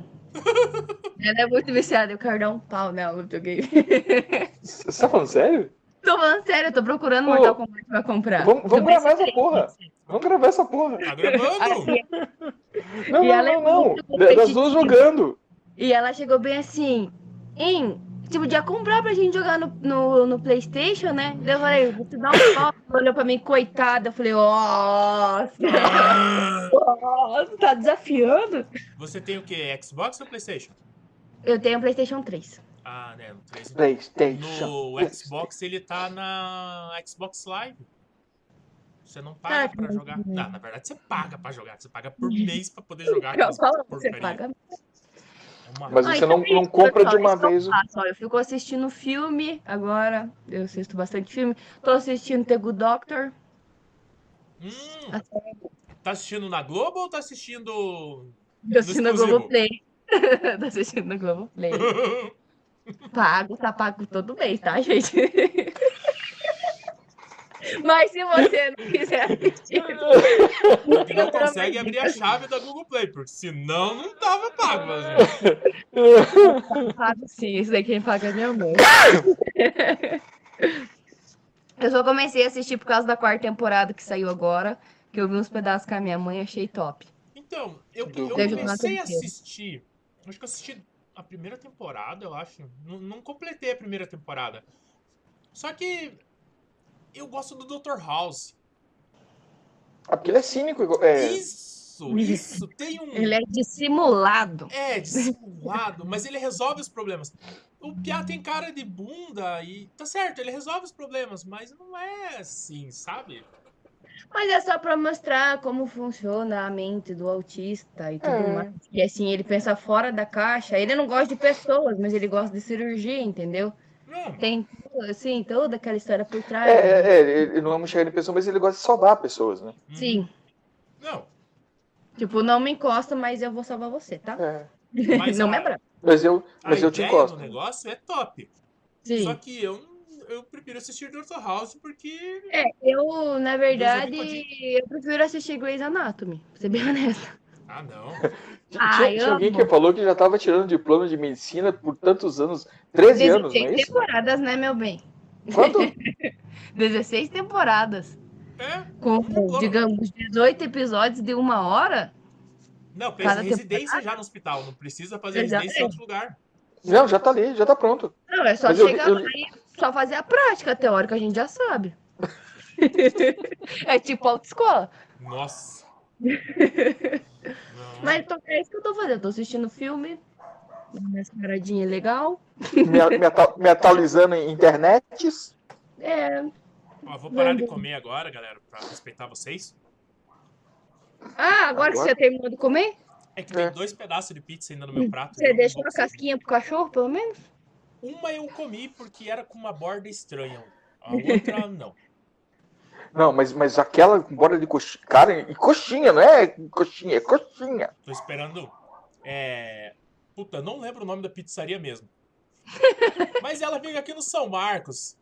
S2: Ela é muito viciada, eu quero dar um pau nela no videogame.
S3: Você tá falando sério?
S2: tô falando sério, eu tô procurando
S3: Ô,
S2: Mortal Kombat pra comprar.
S3: vamos- vamos
S2: Do
S3: gravar essa
S2: PS3.
S3: porra. Vamos gravar essa porra.
S1: tá gravando.
S2: Assim,
S3: Não,
S2: E
S3: não,
S2: ela é
S3: não, não.
S2: muito
S3: Da- Das duas
S2: competitiva.
S3: jogando.
S2: E ela chegou bem assim, em você podia comprar pra gente jogar no, no, no Playstation, né? Daí Eu falei, vou te dar um pau. Ela olhou pra mim, coitada. Eu falei, nossa,
S1: Ah,
S2: nossa, tá desafiando.
S1: Você tem o quê? Xbox ou PlayStation?
S2: Eu tenho um Playstation 3.
S1: Ah, né? No 3
S3: Playstation.
S1: No Xbox ele tá na Xbox Live. Você não paga
S2: Ah, Uhum.
S1: pra
S2: que
S1: jogar.
S2: bom.
S1: Não, na verdade você paga pra jogar. Você paga por mês pra poder jogar.
S2: Eu
S1: aquelas
S2: falo, você
S1: porcaria.
S2: paga.
S1: É uma-
S3: Mas
S2: Ai,
S3: você não,
S2: também,
S3: não compra de
S2: pessoal,
S3: uma
S2: isso que eu
S3: vez. o-
S2: faço, ó, eu fico assistindo filme agora. Eu assisto bastante filme. Tô assistindo The Good Doctor.
S1: Hum, tá assistindo na Globo ou tá assistindo.
S2: Tô assistindo a
S1: exclusivo.
S2: Globoplay. Tô assistindo a Globoplay. Pago, tá pago todo mês, tá, gente? Mas se você não quiser assistir,
S1: Porque não consegue abrir a chave da Google Play, porque senão não tava pago. Mas... né?
S2: eu pago sim. Isso daí quem paga é minha mãe. Eu só comecei a assistir por causa da quarta temporada que saiu agora, que eu vi uns pedaços com a minha mãe e achei top.
S1: Então, eu,
S3: Do-
S1: eu
S2: Deve tomar
S1: comecei a
S2: tempero.
S1: assistir. Acho que eu assisti a primeira temporada, eu acho. Não, não completei a primeira temporada. Só que eu gosto do Dr. House.
S3: Ah, porque ele é cínico. igual- É,
S1: Isso, isso. Tem um.
S2: Ele é dissimulado.
S1: É, dissimulado, mas ele resolve os problemas. O Piá tem cara de bunda e. Tá certo, ele resolve os problemas, mas não é assim, sabe?
S2: Mas é só pra mostrar como funciona a mente do autista e tudo
S3: É.
S2: mais. E assim, ele pensa fora da caixa. Ele não gosta de pessoas, mas ele gosta de cirurgia, entendeu?
S1: Não.
S2: Tem, assim, toda aquela história por trás.
S3: é, é, é, ele não é um chegar de pessoa, mas ele gosta de salvar pessoas, né?
S2: Sim.
S1: Não.
S2: Tipo, não me encosta, mas eu vou salvar você, tá?
S3: É.
S1: Mas
S2: não
S1: a-
S2: me abra.
S3: Mas eu,
S1: A
S3: mas eu te
S1: ideia
S3: encosto.
S1: do negócio é top.
S2: Sim.
S1: Só que eu, eu prefiro assistir Dr. House porque
S2: É, eu, na verdade,
S1: Inclusive,
S2: eu prefiro assistir Grey's Anatomy, pra ser bem honesta.
S1: Ah, não.
S3: Tinha,
S2: Ai,
S3: tinha alguém
S2: amo.
S3: que falou que já estava tirando diploma de medicina por tantos anos, 13 anos, não é
S2: 16
S3: isso?
S2: temporadas, né, meu bem?
S3: Quanto?
S2: 16 temporadas.
S1: É.
S2: Com,
S1: Diploma.
S2: digamos, 18 episódios de uma hora.
S1: Não, pensa
S2: Cada
S1: em residência já no hospital. Não precisa fazer
S2: Exato.
S1: residência em outro lugar.
S3: Não, já tá ali, já tá pronto.
S2: Não, é só
S3: Mas eu-
S2: chegar
S3: eu-
S2: lá e só fazer a prática teórica, a gente já sabe. é tipo autoescola.
S1: Nossa. Não.
S2: Mas então, é isso que eu tô fazendo. Eu tô assistindo filme, dando uma mascaradinha legal.
S3: Me, a- me atu- me atualizando em internets.
S2: É.
S1: Ó, vou parar de comer agora, galera, pra respeitar vocês.
S2: Ah, agora que
S3: Agora?
S2: você terminou de comer?
S1: É que
S3: É.
S1: tem dois pedaços de pizza ainda no meu prato.
S2: Tá. Hum. Você
S1: eu não vou
S2: deixou a
S1: conseguir.
S2: casquinha pro cachorro, pelo menos?
S1: Uma eu comi porque era com uma borda estranha. A outra não.
S3: Não, mas, mas aquela bora de coxinha. Cara, e coxinha, não é coxinha, é coxinha.
S1: Tô esperando. É. Puta, não lembro o nome da pizzaria mesmo. Mas ela fica aqui no São Marcos.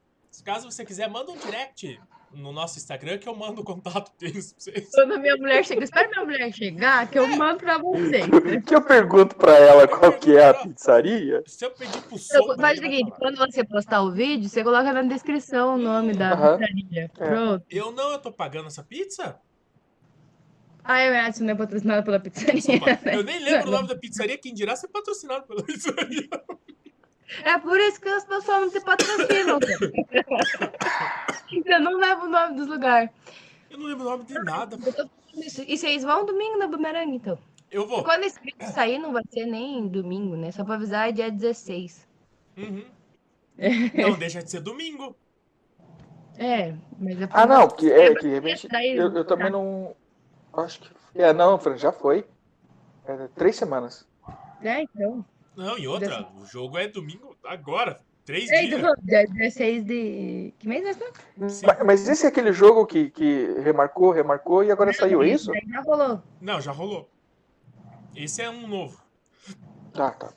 S1: Caso você quiser, manda um direct no nosso Instagram que eu mando o contato deles pra vocês.
S2: Quando a minha mulher chega, espera minha mulher chegar, que eu mando pra vocês.
S3: Que eu pergunto pra ela qual que é a pizzaria.
S1: Se eu pedir pro
S2: Eu,
S1: sombra, ele
S2: Então, faz o
S1: vai
S2: seguinte,
S1: falar.
S2: quando você postar o vídeo, você coloca na descrição o nome da
S3: Aham. É.
S2: pizzaria. Pronto.
S1: Eu não, eu tô pagando essa pizza?
S2: Ah, é verdade, isso não é patrocinado pela pizzaria. né?
S1: Desculpa, eu nem lembro o nome da pizzaria. Quem dirá ser patrocinado pela pizzaria.
S2: É por isso que as pessoas não te patrocinam. cara. Você não leva o nome dos lugares.
S1: Eu não lembro o nome de nada.
S2: Eu tô falando Isso. E vocês vão domingo na Bumerangue, então?
S1: Eu vou.
S2: Quando esse vídeo sair, não vai ser nem domingo, né? Só pra avisar, é dia 16.
S1: Uhum. Não deixa de ser domingo.
S2: É, mas é
S3: Ah, não, que é,
S2: Lembra
S3: que de repente.
S2: daí-
S3: Eu, eu também não. Acho que. É, não, Fran, já foi. É, três semanas.
S2: É, então.
S1: Não, e outra, o jogo é domingo agora. Três
S2: É, então,
S1: dias.
S2: dia 16 de. Que mês é esse?
S1: Sim.
S3: Ma- Mas, esse é aquele jogo que, que remarcou, remarcou e agora saiu, é isso?
S2: Daí Já rolou.
S1: Não, já rolou. Esse é um novo.
S3: Tá, tá.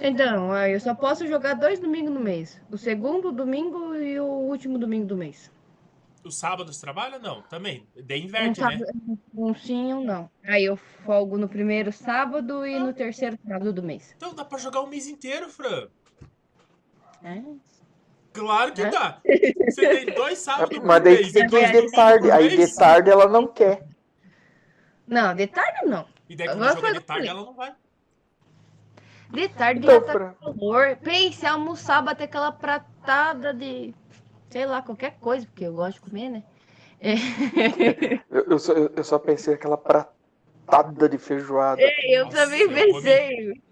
S2: Então, aí eu só posso jogar dois domingos no mês. O segundo domingo e o último domingo do mês.
S1: O sábado você trabalha? Não, também. Daí inverte,
S2: um,
S1: né?
S2: sábado- um sim um não. Aí eu folgo no primeiro sábado e no terceiro sábado do mês.
S1: Então dá pra jogar o mês inteiro, Fran.
S2: É.
S1: Claro que
S2: É?
S1: dá. Você tem dois sábados por
S3: Mas daí
S1: mês,
S3: tem
S1: e
S3: que
S1: dois
S3: ir de
S1: domingos
S3: tarde.
S1: por
S3: Aí de
S1: mês.
S3: tarde ela não quer.
S2: Não, de tarde não.
S1: E daí quando
S2: Agora
S1: joga
S2: foi
S1: de
S2: o
S1: tarde,
S2: rolê.
S1: ela não vai.
S2: De tarde
S3: Então,
S2: já tá
S3: Fran.
S2: calor. Pense em almoçar, bater aquela pratada de, sei lá, qualquer coisa, porque eu gosto de comer, né?
S3: Eu, eu só, eu, eu só pensei naquela pratada de feijoada.
S1: É
S2: É, Eu
S1: Nossa,
S2: também
S1: eu comi.
S2: pensei.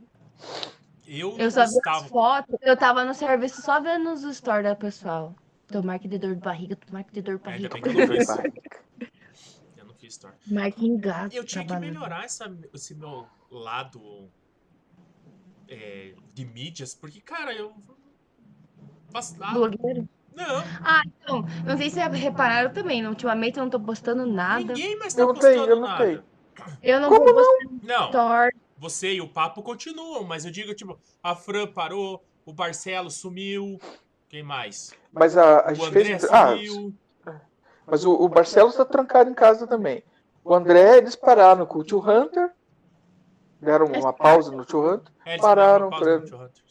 S1: Eu,
S2: Eu
S1: não
S2: só vi as
S1: estava.
S2: fotos. Eu tava no serviço só vendo os stories da pessoal. Tomar que de dor de barriga, tomar que de dor de
S1: É, Ainda
S2: barriga.
S1: bem que eu não fiz.
S3: Barriga.
S1: Eu não fiz story.
S2: Tomar que engasga.
S1: Eu tinha que
S2: trabalhando.
S1: melhorar essa, esse meu lado é, de mídias, porque, cara, eu. Vacilado.
S2: Blogueiro.
S1: Não,
S2: Então, não sei se vocês repararam também, né? ultimamente eu não tô postando nada.
S1: ninguém mais tá
S3: Eu não
S1: postando
S3: tenho, eu não
S1: nada.
S3: tenho.
S2: Eu não
S3: Como
S2: vou postar
S1: Não,
S2: stories.
S1: você e o papo continuam, mas eu digo, tipo, a Fran parou, o Barcelo sumiu, quem mais?
S3: Mas a, a
S1: O
S3: gente
S1: André
S3: fez. Ah,
S1: sumiu.
S3: mas o, o Barcelos tá trancado em casa também. O André, eles pararam com o Tio Hunter. Deram uma pausa no Tio Hunter.
S1: É, eles fizeram
S3: pararam
S1: uma pausa
S3: pra-
S1: no Tio Hunters.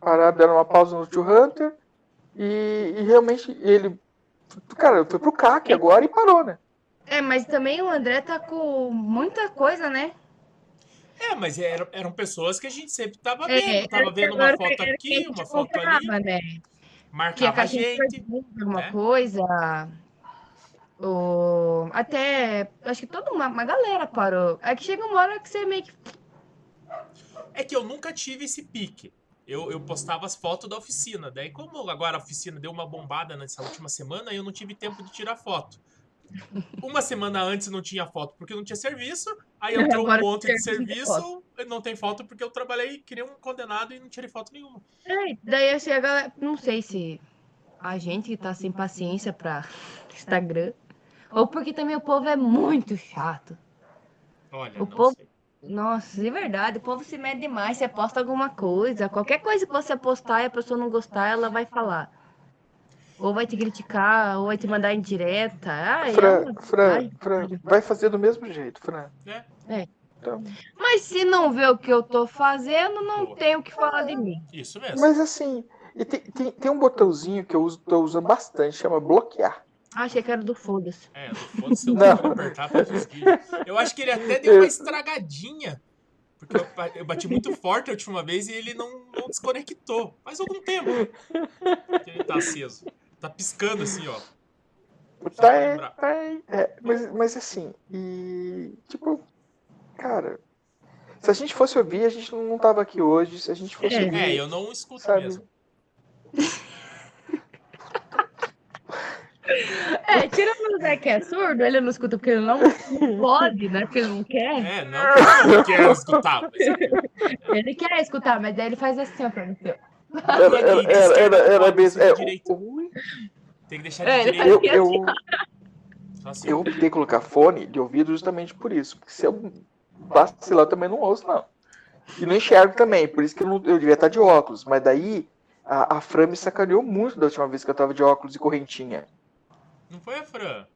S3: Pararam, deram uma pausa no Tio Hunter. E, e realmente ele. Cara, foi pro CAC agora e parou, né?
S2: É, mas também o André tá com muita coisa, né?
S1: É, mas eram, eram pessoas que a gente sempre tava Tá vendo.
S2: é,
S1: tava vendo uma
S2: agora
S1: foto
S2: era que a
S1: aqui,
S2: gente
S1: uma foto ali,
S2: comprava, né? Que a
S1: marcava a
S2: caixinha de
S1: gente.
S2: perguntas, alguma
S1: né?
S2: coisa. O... Até. Acho que toda uma, uma galera parou. É que chega uma hora que você meio que.
S1: É que eu nunca tive esse pique. Eu, eu postava as fotos da oficina. Daí, como agora a oficina deu uma bombada nessa última semana, eu não tive tempo de tirar foto. Uma semana antes não tinha foto porque não tinha serviço. Aí entrou um
S2: Agora
S1: monte de
S2: serviço não tem
S1: serviço, não tem foto porque eu trabalhei, criei um condenado e não tirei foto nenhuma.
S2: É, daí assim, a galera. Não sei se a gente que tá sem paciência pra Instagram. Ou porque também o povo é muito chato.
S1: Olha,
S2: O
S1: não
S2: povo-
S1: sei.
S2: Nossa, de verdade, o povo se mede demais. Você posta alguma coisa, qualquer coisa que você postar e a pessoa não gostar, ela vai falar. Ou vai te criticar, ou vai te mandar indireta. Ah, é
S3: Fran,
S2: uma
S3: Fran,
S2: bobagem.
S3: Fran, vai fazer do mesmo jeito, Fran.
S2: Mas se não vê o que eu tô fazendo, não
S1: Boa.
S2: tem o que falar de mim.
S1: Isso mesmo.
S3: Mas assim, e tem, tem, tem um botãozinho que eu uso, tô usando bastante, chama bloquear.
S2: Achei que era do foda-se.
S1: É, do foda-se, eu
S3: Não.
S1: não vou apertar pra desistir. Eu acho que ele até deu uma estragadinha. Porque eu, ba- eu bati muito forte a última vez e ele não, não desconectou. Faz algum tempo que ele tá aceso. Tá piscando assim, ó.
S3: Tá,
S1: pra
S3: é,
S1: lembrar.
S3: tá, é, é, mas, mas assim, e tipo, cara, se a gente fosse ouvir, a gente não tava aqui hoje. Se a gente fosse
S2: É.
S1: É,
S3: ouvir,
S1: eu não escuto
S3: Sabe?
S1: mesmo.
S2: É, tirando o Zé que é surdo, ele não escuta porque ele não pode, né? Porque ele não quer.
S1: É, não que eu não quero escutar. Mas é,
S2: Ele quer escutar, mas daí ele faz assim, ó, pra você.
S3: era, era, era, era, era mesmo. É,
S1: Direito.
S3: o-
S1: tem que deixar
S2: É, assim,
S1: de
S2: ele
S1: direito.
S2: faz-
S3: eu, eu,
S1: Só assim.
S3: eu optei colocar fone de ouvido justamente por isso. Porque se eu vacilar, eu também não ouço, não. E não enxergo também, por isso que eu, não- eu devia estar de óculos. Mas daí a, a Fran me sacaneou muito da última vez que eu tava de óculos e correntinha.
S1: Não foi a Fran.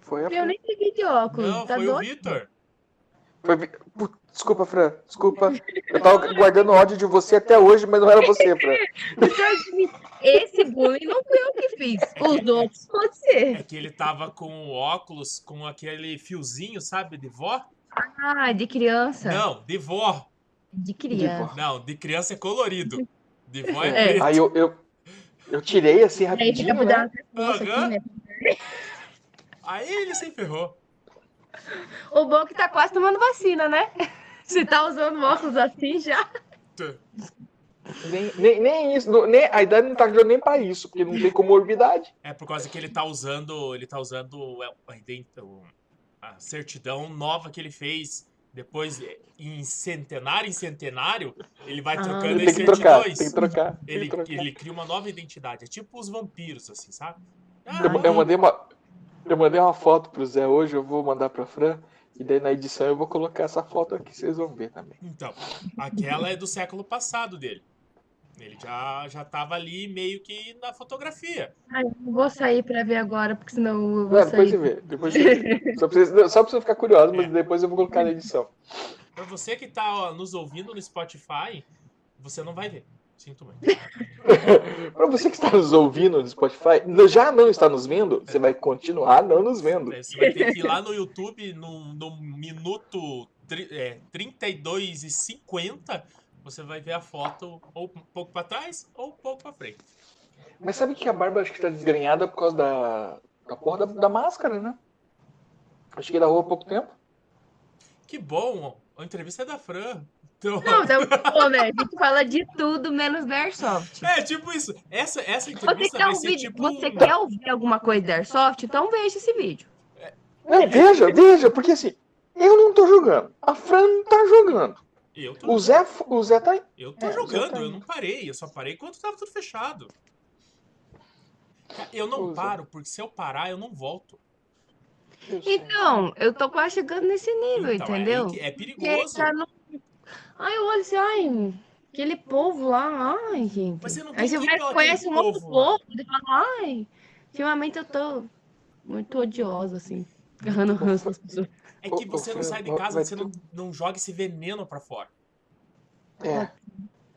S3: Foi a
S2: Eu nem peguei de óculos,
S1: Não,
S2: tá
S1: foi o
S2: doido?
S1: Vitor.
S3: Foi vi- Put- Desculpa, Fran. Desculpa. Eu tava guardando ódio de você até hoje, mas não era você, Fran.
S2: Esse bullying não fui eu que fiz. Os outros pode ser.
S1: É que ele tava com o óculos, com aquele fiozinho, sabe, de vó?
S2: Ah, de criança.
S1: Não, de vó.
S2: De criança.
S1: Não, de criança é colorido. De vó é,
S2: É.
S1: preto.
S3: Aí eu, eu, eu tirei assim
S2: Daí fica
S3: rapidinho,
S2: por dar
S3: né?
S2: uma pescoça aqui,
S1: Aham.
S2: né?
S1: Aí ele se ferrou.
S2: O bom é que tá quase tomando vacina, né? Se tá usando óculos assim já.
S3: Nem, nem, nem isso. não- nem, a idade não tá ajudando nem pra isso, porque não tem comorbidade.
S1: É por causa que ele tá usando, ele tá usando é, a ident- o- a certidão nova que ele fez. Depois, é, em centenário em centenário, ele vai
S2: Ah.
S1: trocando as
S3: Tem que trocar, tem
S1: certidões.
S3: que trocar. Tem
S1: Ele,
S3: que trocar.
S1: ele cria uma nova identidade. É tipo os vampiros, assim, sabe? Ah,
S3: Eu, ma- eu mandei uma, eu mandei uma foto pro Zé hoje, eu vou mandar pra Fran. E daí na edição eu vou colocar essa foto aqui, vocês vão ver também.
S1: Então, aquela é do século passado dele. Ele já, já tava ali meio que na fotografia.
S2: Ai, eu não vou sair pra ver agora, porque senão eu vou
S3: Não, depois
S2: sair.
S3: você vê. Depois você vê. Só pra vocês- não, só pra você ficar curioso,
S1: É.
S3: mas depois eu vou colocar na edição.
S1: Pra você que tá ó, nos ouvindo no Spotify, você não vai ver. Sinto muito.
S3: Para você que está nos ouvindo no Spotify, no- já não está nos vendo, você vai continuar não nos vendo.
S1: Daí Né, Você vai ter que ir lá no YouTube, no, no minuto tri, é, 32 e 50, você vai ver a foto ou um pouco pra trás ou um pouco pra frente.
S3: Mas sabe que a barba acho que está desgrenhada por causa da, da porra da, da máscara, né? Eu cheguei da rua há pouco tempo.
S1: Que bom, ó, a entrevista é da Fran. Então,
S2: Não, tá muito bom, né? A gente fala de tudo, menos da Airsoft.
S1: é tipo isso. Essa, essa
S2: Você
S1: entrevista
S2: quer,
S1: vai ser
S2: ouvir,
S1: tipo.
S2: você
S1: um-
S2: quer ouvir alguma coisa da Airsoft? Então veja esse vídeo.
S3: Não, veja, veja, porque assim, eu não tô jogando. A Fran não tá jogando.
S1: Eu tô,
S3: O Zé, o Zé tá.
S1: eu tô
S3: é,
S1: jogando, eu
S3: exatamente.
S1: não parei, eu só parei quando tava tudo fechado. Eu não
S3: Usa.
S1: paro, porque se eu parar, eu não volto.
S2: Então, eu tô quase chegando nesse nível,
S1: Então, é-
S2: entendeu?
S1: É,
S2: E aí
S1: perigoso.
S2: já não. Ai, eu olho assim, ai, aquele povo lá, ai, gente.
S1: Mas você não tem
S2: Aí você
S1: que ir
S2: vai,
S1: pelo
S2: conhece um
S1: aquele
S2: outro
S1: povo lá.
S2: povo e fala, ai, ultimamente eu tô muito odiosa, assim, agarrando ranço das pessoas.
S1: É
S3: Ô,
S1: que
S3: ô,
S1: você não
S3: Fran,
S1: sai de
S3: vai-
S1: casa,
S3: vai
S1: você não, não joga esse veneno pra fora.
S3: É.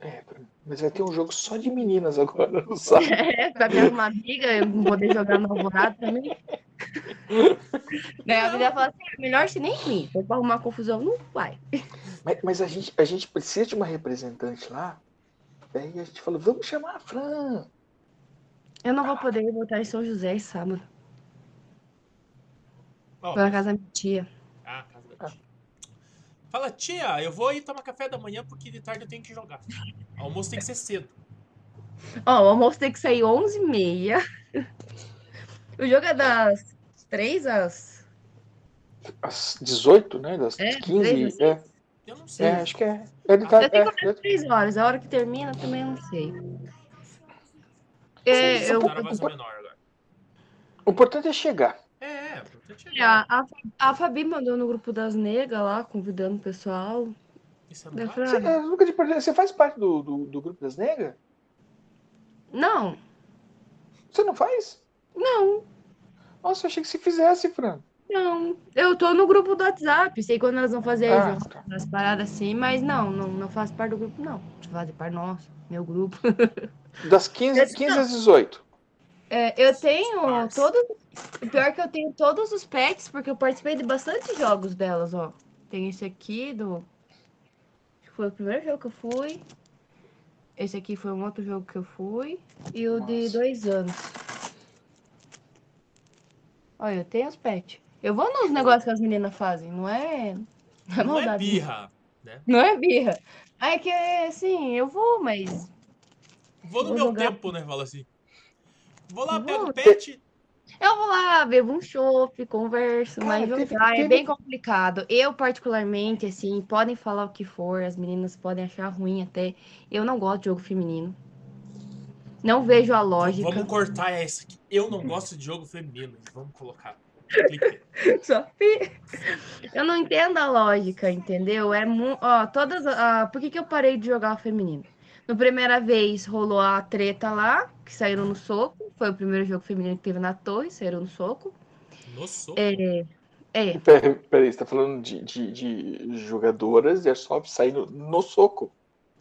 S3: É, mas vai ter um jogo só de meninas agora, não sabe?
S2: É, pra minha uma amiga, eu não poder jogar no alvorado também. Daí a amiga fala assim, "É melhor você nem vir, pra arrumar confusão, não vai.
S3: Mas, mas a, gente, a gente precisa de uma representante lá. Daí a gente falou, vamos chamar a Fran.
S2: Eu não vou poder voltar em São José esse sábado,
S1: Ó,
S2: pra casa da minha tia.
S1: ah, casa da tia. Fala, tia, eu vou ir tomar café da manhã porque de tarde eu tenho que jogar. Almoço tem que ser cedo.
S2: Ó, o almoço tem que sair 11h30. O jogo é das 3 às
S3: Às 18, né? Das
S2: É,
S3: 15.
S2: desde
S3: É,
S1: Eu não sei.
S3: é, acho que é. Ele tá,
S2: Eu tenho
S3: é, é.
S2: 3 horas, a hora que termina também eu não sei. É,
S3: Sim,
S2: eu,
S3: É,
S2: É,
S1: Cara, é mais ou menor agora.
S3: O importante é chegar.
S1: É, é.
S4: Tá
S2: É,
S4: chegando.
S2: A, a, a Fabi mandou no grupo das negas lá, convidando o pessoal.
S1: Isso é
S2: Daí eu
S1: barato.
S2: falei,
S3: Você,
S2: ah,
S3: é, nunca te perdi- você faz parte do, do, do grupo das negras?
S2: não,
S3: Você não faz?
S2: não,
S3: Nossa, eu achei que se fizesse, Fran.
S2: não. Eu tô no grupo do WhatsApp, sei quando elas vão fazer
S3: Ah,
S2: as-
S3: tá.
S2: as paradas assim, mas não, não, não faço parte do grupo, não. Deixa eu fazer parte, nossa, meu grupo.
S3: Das 15, 15 às 18.
S2: É, eu tenho
S1: Parça.
S2: todos. o Pior é que eu tenho todos os packs, porque eu participei de bastante jogos delas, ó. Tem esse aqui do. acho que Foi o primeiro jogo que eu fui. Esse aqui foi um outro jogo que eu fui. E o de
S3: Nossa.
S2: dois anos. Olha, eu tenho os pets. Eu vou nos negócios que as meninas fazem, não é. Não
S1: Não
S2: é
S1: é
S2: maldade.
S1: birra.
S2: Não é birra. É que, assim, eu vou, mas.
S1: Vou no
S2: Vou
S1: meu
S2: jogar.
S1: tempo, né? Fala assim. Vou lá,
S2: Vou.
S1: pego o pet.
S2: Eu vou lá, bebo um chopp, converso,
S3: Cara,
S2: mas
S3: teve-
S2: jogar é
S3: teve-
S2: bem complicado. Eu, particularmente, assim, podem falar o que for, as meninas podem achar ruim até. Eu não gosto de jogo feminino. Não vejo a lógica.
S1: Vamos cortar essa aqui. Eu não gosto de jogo feminino. Vamos colocar. Clique.
S2: Só fi- Eu não entendo a lógica, entendeu? É mu... Ó, todas. a- Por que, que eu parei de jogar o feminino? No primeira vez rolou a treta lá, que saíram no soco. Foi o primeiro jogo feminino que teve na torre, saíram no soco.
S1: No soco.
S2: É,
S3: Peraí, peraí, você tá falando de, de, de jogadoras de Airsoft saindo no soco.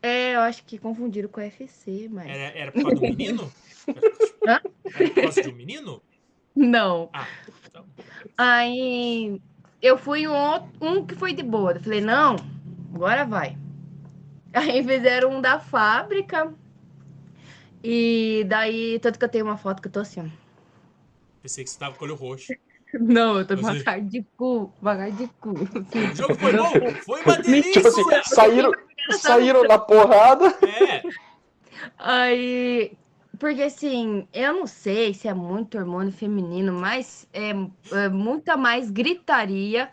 S2: é, eu acho que confundiram com o FC, mas.
S1: Era, era por causa do menino?
S2: Hã?
S1: Era por causa de um menino?
S2: Não.
S1: Ah, então.
S2: Aí eu fui em um, outro- um que foi de boa. Eu falei, não, agora vai. Aí fizeram um da fábrica. E daí, tanto que eu tenho uma foto que eu tô assim, ó.
S1: Pensei que você tava com o olho roxo.
S2: Não, eu tô com uma
S1: Você-
S2: cara de cu, uma cara de cu. assim.
S1: O jogo foi bom? Foi uma
S3: Tipo assim,
S1: delícia!
S3: saíram, saíram na porrada.
S1: É,
S2: Aí, porque assim, eu não sei se é muito hormônio feminino, mas é, é muita mais gritaria.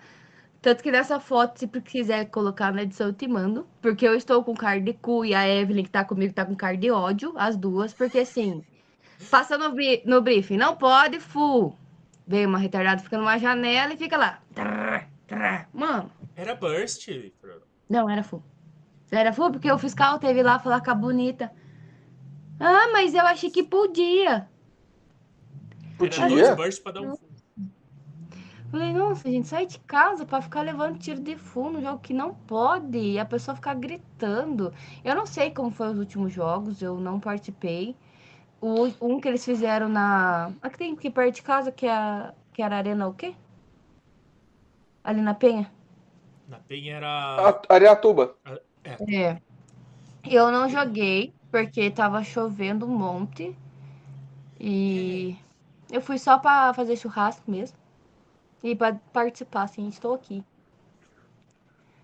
S2: Tanto que nessa foto, se quiser colocar na edição, eu te mando. Porque eu estou com cara de cu e a Evelyn que tá comigo tá com cara de ódio, as duas. Porque assim, passa no, bri- no briefing, não pode, fu. Vem uma retardada, fica numa janela e fica lá. Trrr, trrr. Mano,
S1: era Burst. Bruno.
S2: não, era full. Era full porque o fiscal teve lá falar com a bonita. Ah, mas eu achei que podia.
S1: Era dois
S3: Podia?
S1: Burst pra dar um fundo.
S2: Falei, nossa, gente, sai de casa pra ficar levando tiro de full no jogo que não pode. E a pessoa ficar gritando. Eu não sei como foi os últimos jogos, eu não participei. O, um que eles fizeram na. Aqui tem aqui perto de casa, que, é, a- que era a Arena o quê? Ali na Penha?
S1: Na Penha era.
S3: A- Ariatuba.
S2: É. Eu não joguei porque tava chovendo um monte. E eu fui só pra fazer churrasco mesmo. E pra participar, assim, estou aqui.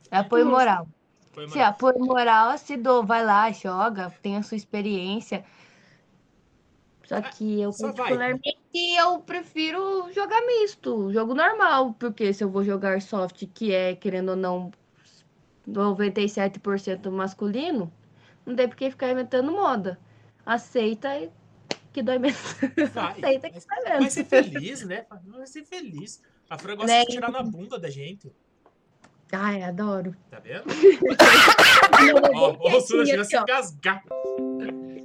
S2: É apoio
S1: Justo.
S2: moral.
S1: Foi
S2: Se
S1: uma...
S2: é apoio moral, se dou, vai lá, joga, tem a sua experiência. Só que eu,
S1: Ah, só vai.
S2: particularmente, eu prefiro jogar misto, jogo normal, porque se eu vou jogar soft, que é, querendo ou não, 97% masculino, não tem por que ficar inventando moda. Aceita e- que dói menos.
S1: Vai.
S2: Aceita que
S1: Mas,
S2: dói
S1: vai
S2: menos.
S1: ser feliz, né? Vai ser feliz. A Fran gosta
S2: Né?
S1: de tirar na bunda da gente.
S2: Ai, adoro.
S1: Tá vendo? Ó, o Rossula chega a se engasgar.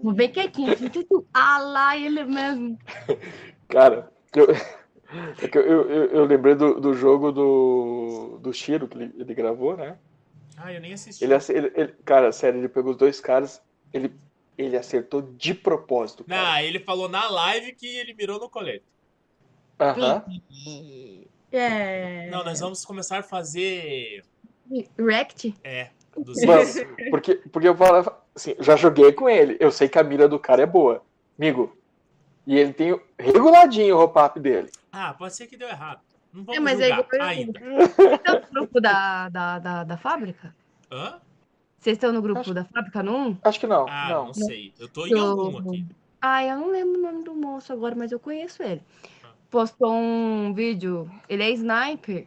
S2: Vou bem quietinho, assim, tutu. Ah lá, ele mesmo.
S3: Cara, eu, é que eu, eu, eu lembrei do, do jogo do, do Shiro que ele, ele gravou, né?
S1: Ah, eu nem assisti.
S3: Ele, ace- ele, ele- cara, sério, ele pegou os dois caras, ele, ele acertou de propósito. Cara.
S1: Não, ele falou na live que ele mirou no colete.
S3: Aham.
S2: É.
S1: Não, nós vamos começar a fazer.
S2: Rect?
S1: É, dos
S3: Mas, porque, porque eu falava assim, já joguei com ele, eu sei que a mira do cara é boa, amigo. E ele tem o- reguladinho o roll-up dele.
S1: Ah, pode ser que deu errado. Não vamos
S2: É, mas é
S1: julgar
S2: igual-
S1: ainda.
S2: Estão no grupo da, da, da, da fábrica?
S1: Hã?
S2: Vocês estão no grupo
S3: Acho-
S2: da fábrica no 1?
S3: Acho que não,
S1: Ah, não.
S3: não.
S1: sei. Eu tô em
S2: Eu-
S1: algum aqui.
S2: Ah, eu não lembro o nome do moço agora, mas eu conheço ele. Postou um vídeo. Ele é sniper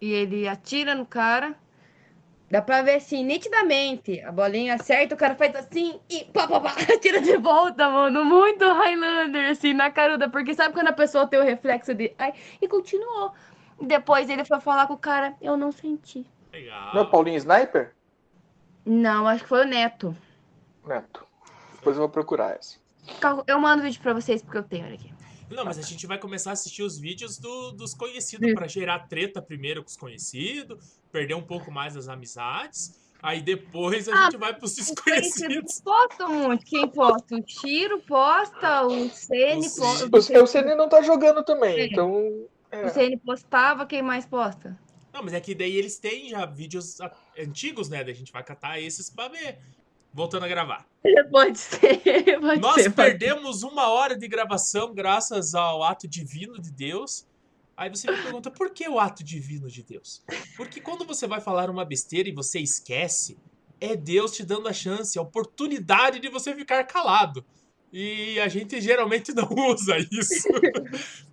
S2: e ele atira no cara. Dá pra ver assim, nitidamente. A bolinha acerta, o cara faz assim e pá, pá, pá, tira de volta, mano. Muito Highlander, assim, na caruda. Porque sabe quando a pessoa tem o reflexo de. Ai, e continuou. Depois ele foi falar com o cara, eu não senti.
S1: Legal.
S3: Não é o Paulinho Sniper?
S2: Não, acho que foi o Neto.
S3: Neto. Depois eu vou procurar essa.
S2: Calma, Eu mando vídeo pra vocês porque eu tenho olha aqui.
S1: Não, mas a gente vai começar a assistir os vídeos do- dos conhecidos pra gerar treta primeiro com os conhecidos, perder um pouco mais as amizades. Aí depois a
S2: Ah,
S1: gente vai pros desconhecidos.
S2: Posta muito. Quem posta? O Tiro posta, o Ceni
S1: O
S2: posta.
S3: O o Ceni não tá jogando também,
S2: É.
S3: então. é.
S2: O Ceni postava, quem mais posta?
S1: Não, mas é que daí eles têm já vídeos a- antigos, né? Daí a gente vai catar esses pra ver. Voltando a gravar.
S2: Pode ser, pode
S1: Nós
S2: ser. pode-
S1: perdemos uma hora de gravação graças ao ato divino de Deus. Aí você me pergunta, por que o ato divino de Deus? Porque quando você vai falar uma besteira e você esquece, é Deus te dando a chance, a oportunidade de você ficar calado. E a gente geralmente não usa isso.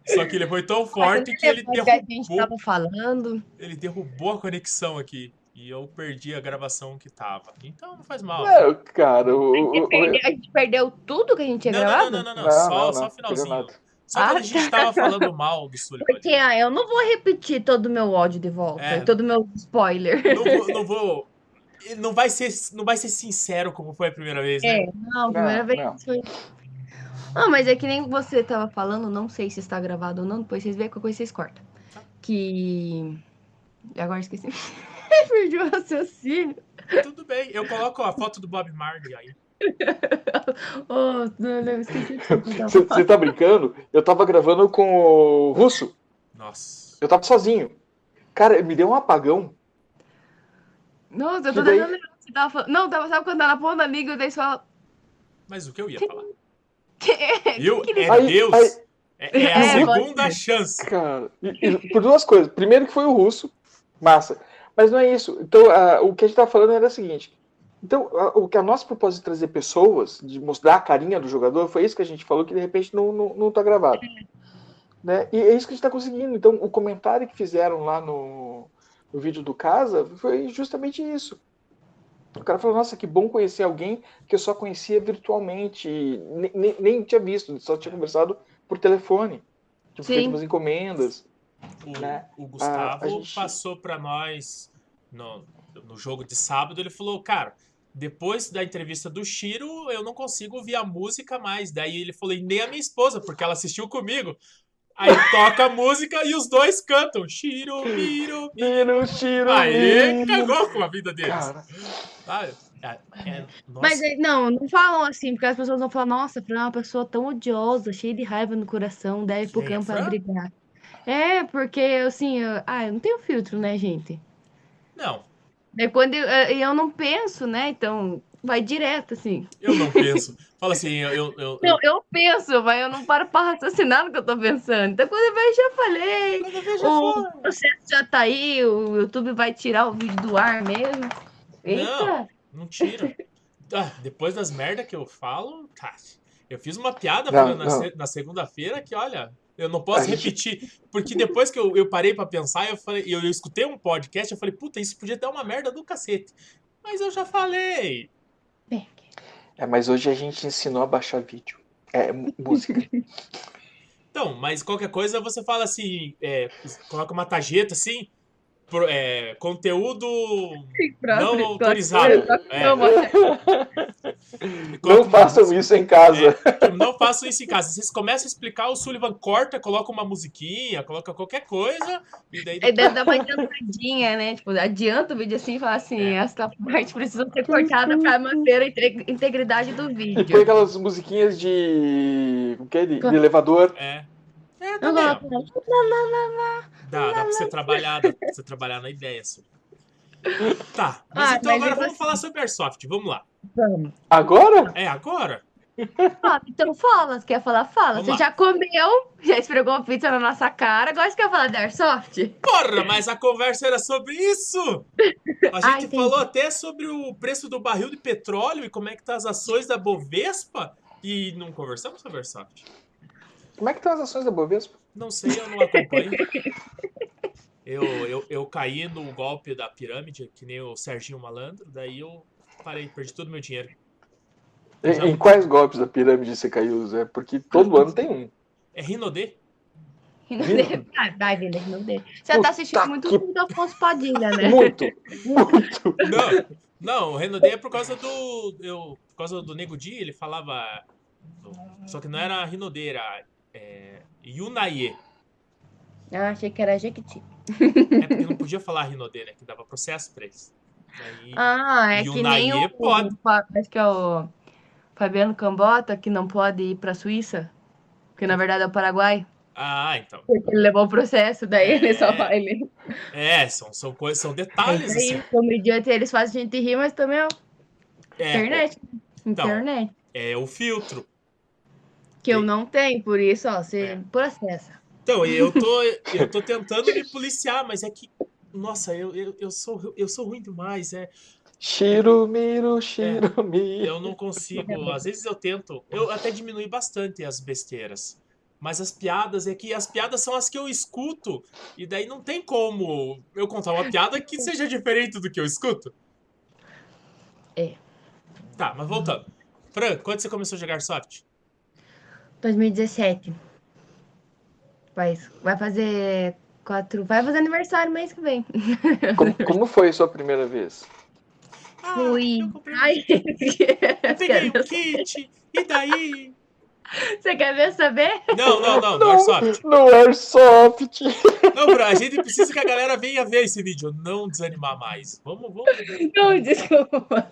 S1: Só que ele foi tão forte que ele
S2: Depois que a
S1: derrubou,
S2: gente tava falando.
S1: ele derrubou a conexão aqui. E eu perdi a gravação que tava. Então não faz mal.
S3: É, cara, o. o- o-
S2: A gente perdeu tudo que a gente tinha
S1: Não,
S2: gravado?
S1: não, não, Ah, não, não,
S3: Não,
S1: Só,
S3: não,
S1: só
S3: não,
S1: o finalzinho.
S3: nada.
S1: Só quando
S2: Ah,
S1: a gente tava falando mal do Sullivan.
S2: Porque ah, eu não vou repetir todo o meu ódio de volta,
S1: É.
S2: todo o meu spoiler.
S1: Tipo, Não vou. Não, vou- ele não vai ser, não vai ser sincero como foi a primeira vez, né?
S2: É, Não, primeira
S3: Não,
S2: vez
S3: não.
S2: foi. Ah, mas é que nem você tava falando, não sei se está gravado ou não, depois vocês veem, qualquer coisa vocês cortam. Que. Agora esqueci. Perdi o raciocínio.
S1: Tudo bem. Eu coloco a foto do Bob Marley aí.
S2: Oh, não, não, esqueci.
S3: Você você tá brincando? Eu tava gravando com o Russo.
S1: Nossa.
S3: Eu tava sozinho. Cara, me deu um apagão.
S2: Nossa, eu tô
S3: E daí?
S2: tentando lembrar o que você tava falando. Não, tava, sabe quando tá na ponta da liga, eu dei só.
S1: Mas o que eu ia falar? Eu,
S2: Que-
S1: é
S3: Aí-
S1: Deus.
S3: aí-
S1: É, é a
S2: É,
S1: segunda chance.
S3: Cara, e- e por duas coisas. Primeiro que foi o Russo. Massa. Mas não é isso. Então, ah, o que a gente tava falando era o seguinte. Então, a- o que a nossa proposta de trazer pessoas, de mostrar a carinha do jogador, foi isso que a gente falou que de repente não, não, não tá gravado.
S1: É.
S3: Né? E é isso que a gente tá conseguindo. Então, o comentário que fizeram lá no, no vídeo do Casa foi justamente isso. O cara falou, nossa, que bom conhecer alguém que eu só conhecia virtualmente, e ne- nem, nem tinha visto, só tinha conversado por telefone. Tipo,
S2: Sim.
S3: feito umas encomendas. Né?
S1: Tipo, O, o Gustavo
S3: a gente-
S1: passou pra nós no, no jogo de sábado. Ele falou, cara, depois da entrevista do Shiro, eu não consigo ouvir a música mais. Daí ele falou, e nem a minha esposa, porque ela assistiu comigo. Aí toca a música e os dois cantam. Shiro, Miro.
S3: Tiro, tiro,
S1: Aí
S3: tiro.
S1: cagou com a vida deles.
S3: Cara,
S1: Ah, é- é- nossa,
S2: Mas eh, não, não falam assim, porque as pessoas vão falar, nossa, Fran é uma pessoa tão odiosa, cheia de raiva no coração, deve ir pro
S1: Quem,
S2: campo
S1: a
S2: pra
S1: Fran?
S2: brigar. É, porque assim, eu, ah, eu não tenho filtro, né, gente?
S1: Não,
S2: É quando eu, eh, eu não penso, né? Então vai direto, assim.
S1: eu não penso. Fala assim, eu, eu, eu-
S2: Não, eu penso, mas eu não paro pra raciocinar no que eu tô pensando. Então quando eu vejo, já falei. O processo já tá aí, o YouTube vai tirar o vídeo do ar mesmo. Eita!
S1: Não tira. Ah, depois das merdas que eu falo, tá. Eu fiz uma piada
S3: Não,
S1: Fran, na,
S3: não.
S1: se- na segunda-feira que, olha, eu não posso
S3: A gente-
S1: repetir. Porque depois que eu, eu parei pra pensar, eu falei, eu, eu escutei um podcast, eu falei, puta, isso podia dar uma merda do cacete. Mas eu já falei.
S2: Bem,
S3: É, mas hoje a gente ensinou a baixar vídeo. É, mu- música.
S1: Então, mas qualquer coisa você fala assim, é, coloca uma tarjeta assim, pro- é, conteúdo. Não
S2: próximo, próximo,
S1: autorizado. É,
S2: Não, mas-
S1: coloca
S3: Não
S1: uma-
S3: façam isso em casa.
S1: Não façam isso em casa. Vocês começam a explicar, o Sullivan corta, coloca uma musiquinha, coloca qualquer coisa, e daí
S2: Aí deve dar uma adiantadinha, né? Tipo, adianta o vídeo assim e fala assim:
S1: É.
S2: essa parte precisa ser cortada para manter a inte- integridade do
S3: E põe
S2: vídeo.
S3: aquelas musiquinhas de. Como que é? De, de
S2: Claro.
S3: elevador.
S1: é. É,
S2: Eu
S1: também.
S2: coloco,
S1: Dá, dá pra você trabalhar, dá pra você trabalhar na ideia, Sullivan. Tá, mas
S2: Ah,
S1: então
S2: mas
S1: agora vamos
S2: eu gostei.
S1: falar sobre Airsoft, vamos lá.
S2: vamos.
S3: Agora?
S1: É agora?
S2: Fala, então fala, você quer falar? Fala.
S1: Vamos
S2: você
S1: lá.
S2: já comeu, já esfregou a pizza na nossa cara, agora você quer falar de Airsoft?
S1: Porra, mas a conversa era sobre isso! A
S2: Ah,
S1: gente
S2: entendi.
S1: falou até sobre o preço do barril de petróleo e como é que tá as ações da Bovespa e não conversamos sobre Airsoft.
S3: Como é que estão as ações da Bovespa?
S1: Não sei, eu não acompanho. Eu, eu, eu caí no golpe da pirâmide, que nem o Serginho Malandro, daí eu parei, perdi todo o meu dinheiro.
S3: Em, em quais golpes da pirâmide você caiu, Zé? Porque todo ano tem um.
S1: É Rinodê?
S2: Rinodê. Ah, vai, Vila, Rinodê. Você tá assistindo
S3: Puta
S2: muito
S3: que-
S2: o filme do Afonso Padilha, né?
S3: Muito, muito.
S1: Não, não, o Rinodê é por causa do. Eu, por causa do Nego Di, ele falava. Só que não era Rinodê, era. É, Yunaye.
S2: Eu achei que era Jequiti.
S1: É porque não podia falar Rinodê, né? Que dava processo pra eles. Daí,
S2: Ah, é
S1: E o
S2: que nem
S1: Nair
S2: o,
S1: pode.
S2: o Fa- acho que é o Fabiano Cambota que não pode ir para a Suíça, porque na verdade é o Paraguai,
S1: Ah, então.
S2: porque ele levou o processo, daí ele só
S1: É.
S2: vai ele.
S1: É, são, são coisas, são
S2: É
S1: detalhes,
S2: isso aí,
S1: assim.
S2: comediante, eles fazem a gente rir, mas também é
S1: É,
S2: internet, né? internet,
S1: é o filtro.
S2: que eu
S1: e-
S2: não tenho, por isso, ó, você
S1: É.
S2: processa.
S1: Então, eu tô, eu tô tentando me policiar, mas é que. Nossa, eu, eu, eu, sou, eu sou ruim demais, é.
S3: Shiro, miro, shiro, miro.
S1: Eu não consigo. Às vezes eu tento. Eu até diminui bastante as besteiras. Mas as piadas é que as piadas são as que eu escuto. E daí não tem como eu contar uma piada que seja diferente do que eu escuto.
S2: É.
S1: Tá, mas voltando. Fran, quando você começou a jogar soft?
S2: 2017. Vai, vai fazer quatro, vai fazer aniversário mês que vem.
S3: Como, como foi a sua primeira vez?
S1: Ah,
S2: Fui.
S1: eu comprei,
S2: Ai,
S1: eu peguei um kit. E daí.
S2: você quer ver saber?
S1: Não, não, não, do Airsoft.
S3: No Airsoft.
S1: Não, Bruno, a gente precisa que a galera venha ver esse vídeo, não desanimar mais. Vamos, vamos.
S2: Não, desculpa.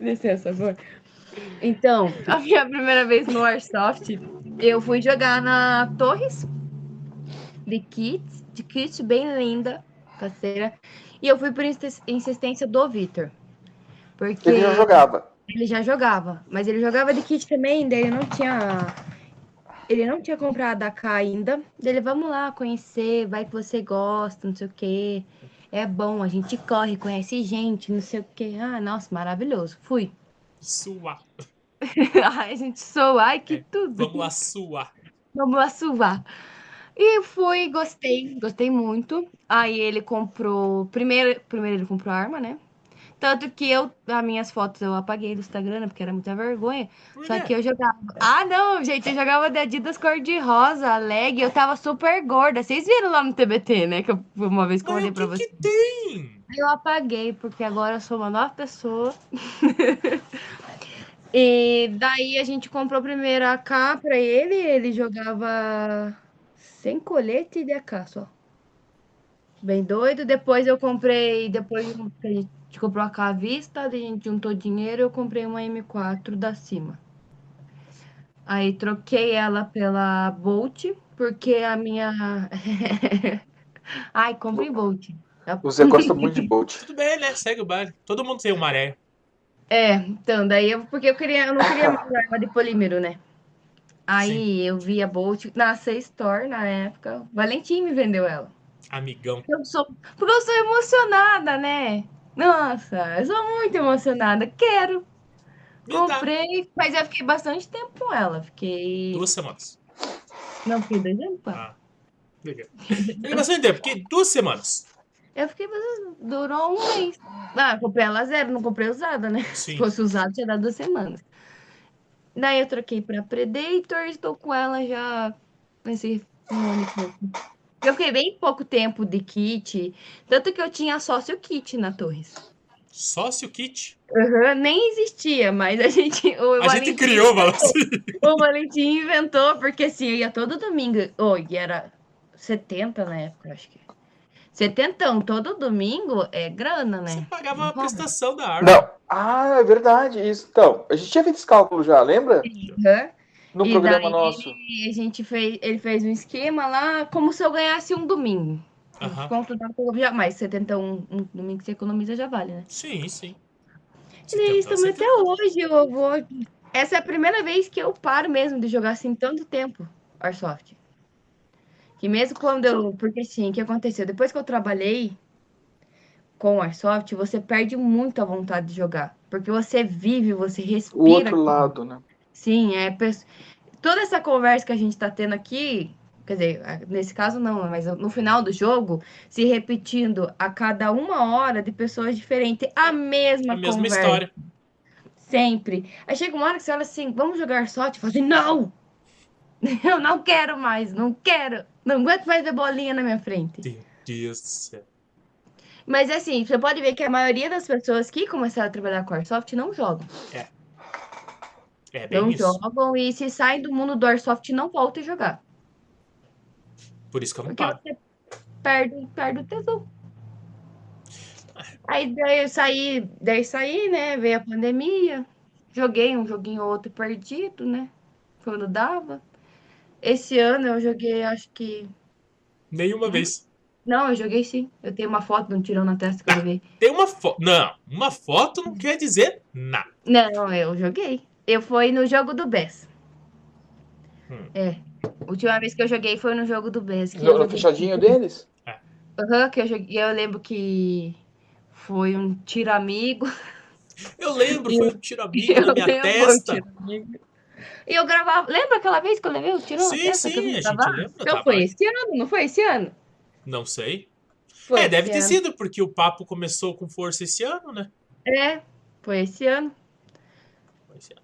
S2: Licença, amor. um Então, a minha primeira vez no Airsoft, eu fui jogar na Torres de Kit, de Kit bem linda, parceira. E eu fui por insist- insistência do Vitor. Porque
S3: Ele já jogava.
S2: ele já jogava, mas ele jogava de kit também, daí ele não tinha. Ele não tinha comprado a AK ainda. Daí Ele, vamos lá conhecer, vai que você gosta, não sei o quê. É bom, a gente corre, conhece gente, não sei o quê. Ah, nossa, maravilhoso. Fui.
S1: Suar.
S2: ai, a gente sou, ai, que
S1: É,
S2: tudo.
S1: Vamos lá, suar.
S2: Vamos lá suvar. E fui, gostei, gostei muito. Aí ele comprou. Primeiro, primeiro ele comprou arma, né? Tanto que eu, as minhas fotos eu apaguei do Instagram, né, porque era muita vergonha.
S1: Por
S2: Só
S1: quê?
S2: que eu jogava. Ah, não, gente, eu jogava de Adidas cor-de-rosa, leg, eu tava super gorda. Vocês viram lá no TBT, né? Que eu, uma vez que eu
S1: Mas
S2: mandei
S1: o
S2: pra
S1: que,
S2: vocês.
S1: que tem?
S2: Eu apaguei, porque agora eu sou uma nova pessoa. e daí a gente comprou primeiro a AK pra ele, ele jogava sem colete de AK só. Bem doido. Depois eu comprei, depois um que a gente comprou a AK à vista, daí a gente juntou dinheiro, eu comprei uma M4 da Cima. Aí troquei ela pela Bolt, porque a minha. Ai, comprei Bolt.
S3: O Zé gosta muito de Bolt.
S1: Tudo bem, né? Segue o baile. Todo mundo tem uma maré.
S2: É, então, daí eu, porque eu queria, eu não queria mais uma arma de polímero, né? Aí eu vi a Bolt na C-Store na época. O Valentim me vendeu ela.
S1: Amigão.
S2: Eu sou, porque eu sou emocionada, né? Nossa, eu sou muito emocionada. Quero.
S1: Me dá
S2: Comprei, mas eu fiquei bastante tempo com ela. Fiquei.
S1: duas semanas.
S2: Não, fiquei dois anos com ela.
S1: Ah. Legal. Tem bastante tempo, porque duas semanas.
S2: Eu fiquei. bastante- Durou um mês. Ah, eu comprei ela zero, não comprei usada, né?
S1: Sim.
S2: Se fosse usado, tinha dado duas semanas. Daí eu troquei pra Predator, estou com ela já nesse um ano e pouco. Eu fiquei bem pouco tempo de kit, tanto que eu tinha sócio kit na Torres.
S1: Sócio kit.
S2: Aham, Nem existia, mas a gente. O
S1: A gente
S2: Valentim,
S1: criou, balanço.
S2: O Valentim inventou, porque assim, eu ia todo domingo. Oh, e era 70 na época, acho que. 70, todo domingo é grana,
S1: Você
S2: né?
S1: pagava a prestação da arma.
S3: Não. Ah, é verdade. Isso. Então, a gente tinha feito esse cálculo já, lembra?
S2: Aham.
S3: No
S2: E
S3: programa
S2: daí-
S3: nosso.
S2: E a gente fez, ele fez um esquema lá, como se eu ganhasse um domingo.
S1: Aham.
S2: Desconto da já mais 71, um domingo que você economiza já vale, né?
S1: Sim, sim. tá
S2: E daí
S1: Você
S2: estamos
S1: tem-
S2: é até hoje, eu vou. Essa é a primeira vez que eu paro mesmo de jogar assim tanto tempo, Airsoft. Que mesmo quando eu. Porque assim, o que aconteceu? Depois que eu trabalhei com Airsoft, você perde muito a vontade de jogar. Porque você vive, você respira.
S3: O outro
S2: aquilo.
S3: lado, né?
S2: Sim, é. pes- Toda essa conversa que a gente tá tendo aqui, Quer dizer, a- nesse caso não, né, mas no final do jogo, se repetindo a cada uma hora de pessoas diferentes, a mesma
S1: A
S2: conversa.
S1: mesma história.
S2: Sempre. Aí chega uma hora que você olha assim, vamos jogar sorte? Fala assim, não! Eu não quero mais, não quero. Não aguento mais ver bolinha na minha frente.
S1: Meu Deus do céu.
S2: Mas assim, você pode ver que a maioria das pessoas que começaram a trabalhar com Airsoft não jogam.
S1: É bem
S2: Não
S1: isso.
S2: jogam e se saem do mundo do Airsoft não voltam a jogar.
S1: Por isso que eu não
S2: Porque
S1: paro.
S2: você perde, perde o tesão. Aí daí eu saí, daí saí, né? Veio a pandemia. Joguei um joguinho ou outro perdido, né? Quando dava. Esse ano eu joguei, acho que.
S1: Nenhuma vez.
S2: Não, eu joguei sim. Eu tenho uma foto de um tirão na testa que eu levei.
S1: Tem uma foto. Não, uma foto não quer dizer nada.
S2: Não, eu joguei. Eu fui no jogo do BES.
S1: Hum.
S2: É. A última vez que eu joguei foi no jogo do BES. que eu
S3: No, no
S2: joguei-
S3: fechadinho deles?
S2: Aham, que eu joguei. Eu lembro que foi um tiro amigo.
S1: Eu lembro, foi um tiro amigo
S2: Eu um
S1: na minha
S2: lembro,
S1: testa.
S2: tiro amigo. E eu gravava. Lembra aquela vez que eu levei o tiro na
S1: Sim,
S2: testa que eu
S1: sim,
S2: não
S1: a gente
S2: gravava?
S1: lembra,
S2: Então
S1: tá,
S2: foi
S1: vai.
S2: esse ano, não foi esse ano?
S1: Não sei.
S2: Foi
S1: é, deve
S2: esse
S1: ter
S2: ano.
S1: sido, porque o papo começou com força esse ano, né?
S2: É, foi esse ano.
S1: Esse ano.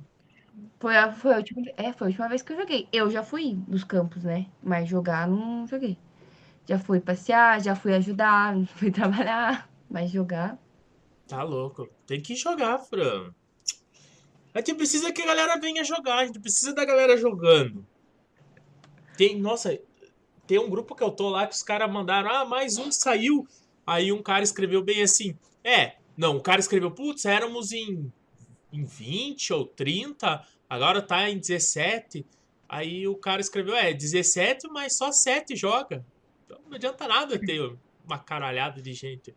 S2: Foi a, foi a última, ve- é, foi a última vez que eu joguei. Eu já fui nos campos, né? Mas jogar não joguei. Já fui passear, já fui ajudar, fui trabalhar, mas jogar.
S1: Tá louco. Tem que jogar, Fran. A gente precisa que a galera venha jogar. A gente precisa da galera jogando. Tem, nossa, tem um grupo que eu tô lá que os caras mandaram. Ah, mais um saiu. Aí um cara escreveu bem assim. É, não, o cara escreveu, putz, éramos em, em 20 ou 30, agora tá em 17. Aí o cara escreveu, é, 17, mas só 7 joga. Então não adianta nada ter uma caralhada de gente.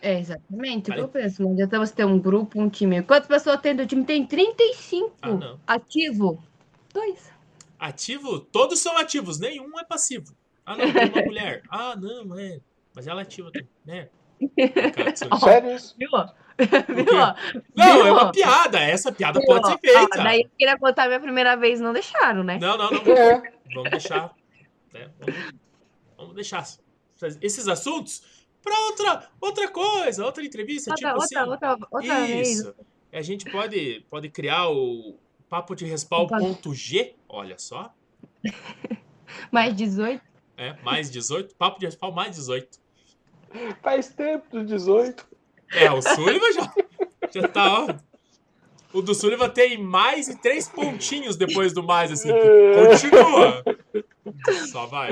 S2: É, exatamente. o que
S1: Cara,
S2: Eu penso, não adianta você ter um grupo, um time. Quantas pessoas tem do time? Tem 35.
S1: Ah, não.
S2: Ativo. Dois.
S1: Ativo? Todos são ativos, nenhum é passivo. Ah, não, tem uma mulher. Ah, não, é. Mas ela é ativa também, né? Complicado isso.
S3: Sério isso?
S2: Viu? Viu?
S1: Não,
S2: Viu?
S1: é uma piada. Essa piada
S2: Viu?
S1: pode ser
S2: Ah,
S1: feita.
S2: daí eu queria contar minha primeira vez, não deixaram, né?
S1: Não, não, não.
S3: É.
S1: Vamos deixar. né? Vamos, vamos deixar esses assuntos para outra, outra coisa, outra entrevista.
S2: Outra,
S1: tipo
S2: outra,
S1: assim.
S2: outra, outra vez.
S1: Isso. A gente pode, pode criar o papo de respal.g, olha só.
S2: Mais 18.
S1: É, mais 18. Papo de respal mais 18.
S3: Faz tempo dos 18.
S1: É, o Sullivan já, já tá, ó. O do Sullivan tem mais e três pontinhos depois do mais, assim. Continua. Só vai.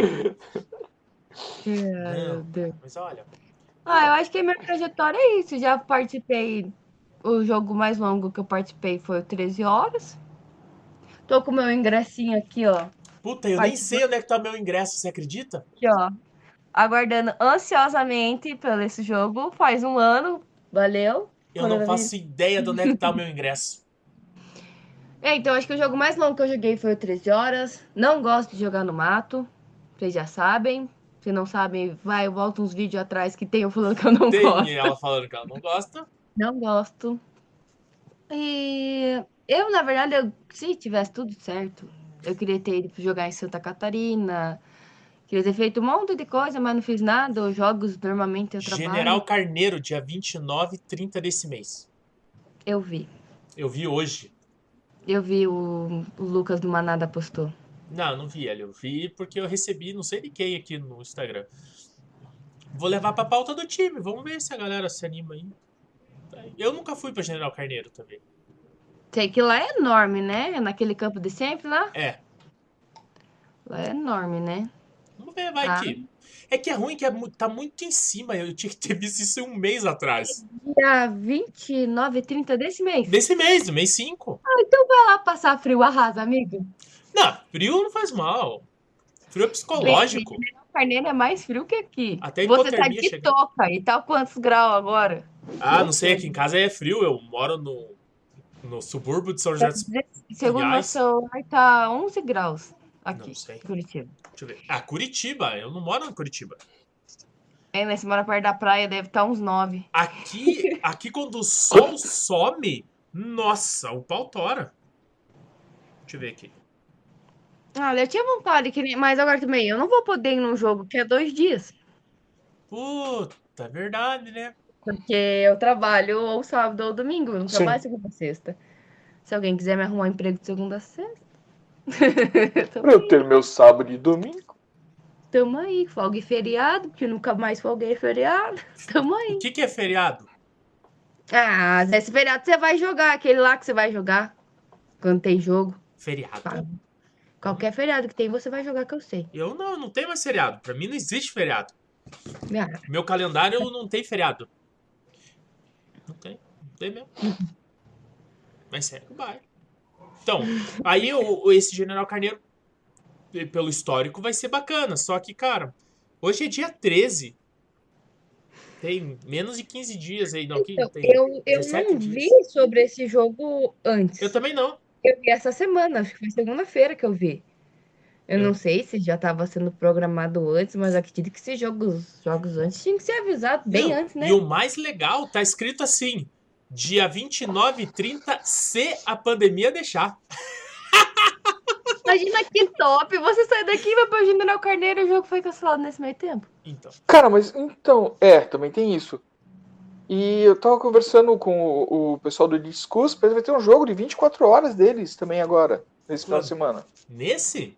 S2: Meu
S1: Não,
S2: Deus.
S1: mas olha.
S2: Ah, eu acho que a minha trajetória é isso. Já participei. O jogo mais longo que eu participei foi o 13 horas. Tô com o meu ingressinho aqui, ó.
S1: Puta, eu nem sei onde é que tá meu ingresso, você acredita?
S2: Aqui, ó. Aguardando ansiosamente pelo esse jogo. Faz um ano. Valeu.
S1: Eu não faço ideia de onde é que tá o meu ingresso.
S2: É, então acho que o jogo mais longo que eu joguei foi o 13 horas. Não gosto de jogar no mato. Vocês já sabem. Se não sabem, vai, volta uns vídeos atrás que tem eu falando que eu não gosto.
S1: Tem ela falando que ela não gosta.
S2: Não gosto. E eu, na verdade, eu- se tivesse tudo certo, eu queria ter ido jogar em Santa Catarina. Queria ter feito um monte de coisa, mas não fiz nada. Os jogos normalmente eu trabalho.
S1: General Carneiro, dia 29 e 30 desse mês.
S2: Eu vi.
S1: Eu vi hoje.
S2: Eu vi o, o Lucas do Manada postou.
S1: Não, não vi ele. Eu vi porque eu recebi não sei de quem aqui no Instagram. Vou levar pra pauta do time. Vamos ver se a galera se anima aí. Eu nunca fui pra General Carneiro também.
S2: Sei que lá é enorme, né? Naquele campo de sempre lá.
S1: É.
S2: Lá é enorme, né?
S1: Vamos ver, vai
S2: Ah.
S1: que. É que é ruim que é mu- tá muito em cima. Eu tinha que ter visto isso um mês atrás.
S2: Dia 29 e 30 desse mês.
S1: Desse mês, do mês 5.
S2: Vai lá passar frio, arrasa, amigo.
S1: Não, frio não faz mal. Frio é psicológico.
S2: Carneiro é mais frio que aqui.
S1: Até
S2: Você tá
S1: hipotermia
S2: de
S1: chega.
S2: touca e tá quantos graus agora?
S1: Ah, não sei, aqui em casa é frio. Eu moro no, no subúrbio de São José dos...
S2: Segundo meu
S1: Aliás-
S2: celular, tá 11 graus aqui,
S1: Não sei.
S2: em Curitiba.
S1: Deixa eu ver. Ah, Curitiba. Eu não moro em Curitiba.
S2: É, nesse mora perto da praia, deve estar uns 9.
S1: Aqui, aqui quando o sol some, nossa, o pau tora. Deixa eu ver aqui.
S2: Olha, Ah, eu tinha vontade, que nem- mas agora também eu não vou poder ir num jogo que é dois dias.
S1: Puta, é verdade, né?
S2: Porque eu trabalho ou sábado ou domingo, eu não
S3: Sim.
S2: trabalho segunda a sexta. Se alguém quiser me arrumar um emprego de segunda a sexta.
S3: Pra eu ter meu sábado e domingo.
S2: Tamo aí, folga e feriado, porque nunca mais folguei feriado. Tamo aí.
S1: O que, que é feriado?
S2: Ah, Zé, esse feriado você vai jogar, aquele lá que você vai jogar. Quando tem jogo.
S1: Feriado?
S2: Fala. Qualquer feriado que tem, você vai jogar, que eu sei.
S1: Eu não, não tenho mais feriado. Pra mim não existe feriado.
S2: Ah,
S1: Meu calendário não tem feriado. Não tem. Não tem mesmo. Mas segue o baile. Então, aí o- o- esse General Carneiro, e pelo histórico, vai ser bacana. Só que, cara, hoje é dia 13. Tem menos de 15 dias aí. Não, que
S2: então,
S1: tem.
S2: eu, eu
S1: 17
S2: não vi
S1: dias.
S2: sobre esse jogo antes.
S1: Eu também não.
S2: Eu vi essa semana, acho que foi segunda-feira que eu vi. Eu
S1: É.
S2: não sei se já estava sendo programado antes, mas eu acredito que esses jogos, jogos antes tinham que ser avisado bem
S1: Não,
S2: antes, né?
S1: E o mais legal, tá escrito assim: dia 29 e 30, se a pandemia deixar.
S2: Imagina que top! Você sai daqui e vai pro General Carneiro e o jogo foi cancelado nesse meio tempo.
S1: Então,
S3: Cara, mas então, é, também tem isso. E eu tava conversando com o, o pessoal do Discurso, parece que vai ter um jogo de 24 horas deles também agora, nesse final de semana.
S1: nesse?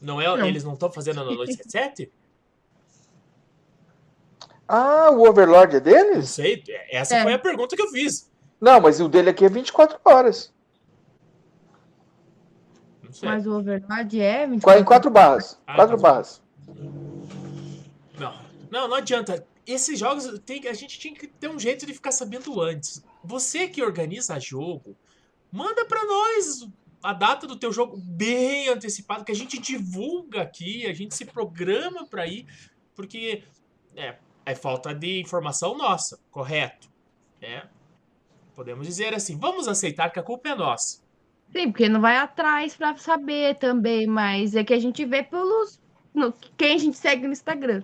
S1: Não é,
S2: É. Não.
S1: eles não estão fazendo na noite 77?
S3: Ah, o Overlord é
S1: Não
S3: deles?
S1: sei, essa
S2: É.
S1: foi a pergunta que eu fiz.
S3: Não, mas o dele aqui é 24 horas.
S1: Não sei.
S2: Mas o Overlord é 24.
S3: Qua- Em quatro barras.
S1: Ah,
S3: Quatro
S1: tá.
S3: barras.
S1: Não, não, não adianta. Esses jogos tem, a gente tinha que ter um jeito de ficar sabendo antes. Você que organiza jogo, manda pra nós a data do teu jogo bem antecipado, que a gente divulga aqui, a gente se programa pra ir, porque é, é falta de informação nossa, correto? É. Podemos dizer assim, vamos aceitar que a culpa é nossa.
S2: Sim, porque não vai atrás pra saber também, mas é que a gente vê pelos. no- quem a gente segue no Instagram.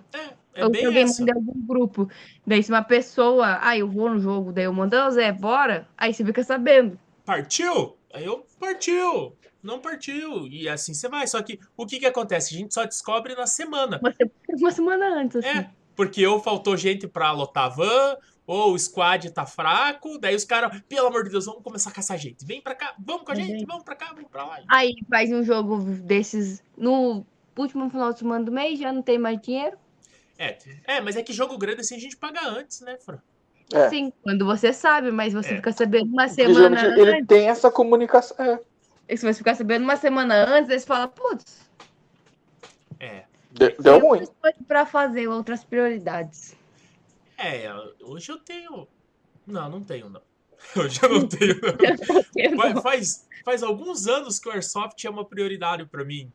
S1: É
S2: Ou se
S1: bem
S2: alguém
S1: essa.
S2: manda em algum grupo. Daí se uma pessoa, ah, eu vou no jogo, daí eu mando, ô Zé, bora. Aí você fica sabendo.
S1: Partiu? Aí eu partiu. Não partiu. E assim você vai. Só que o que que acontece? A gente só descobre na semana.
S2: Uma, se- uma semana antes, assim.
S1: É, porque ou faltou gente pra lotar a van, ou o squad tá fraco, daí os caras, pelo amor de Deus, vamos começar a caçar gente. Vem pra cá, vamos com a
S2: Tá
S1: gente,
S2: bem.
S1: vamos pra cá, vamos pra lá.
S2: Aí faz um jogo desses no último final de semana do mês, já não tem mais dinheiro.
S1: É, é, mas é que jogo grande assim a gente paga antes, né, Fran?
S3: É.
S2: Sim, quando você sabe, mas você
S1: É.
S2: fica sabendo uma
S3: Porque
S2: semana
S3: geralmente
S2: antes.
S3: ele tem essa comunicação. É.
S2: Se você ficar sabendo uma semana antes, aí você fala, putz,
S1: É.
S3: De- Deu
S2: eu
S3: ruim.
S2: estou pra fazer outras prioridades.
S1: É, hoje eu tenho. Não, não tenho, não. Hoje eu não tenho, não. Fa- Faz, faz alguns anos que o Airsoft é uma prioridade pra mim.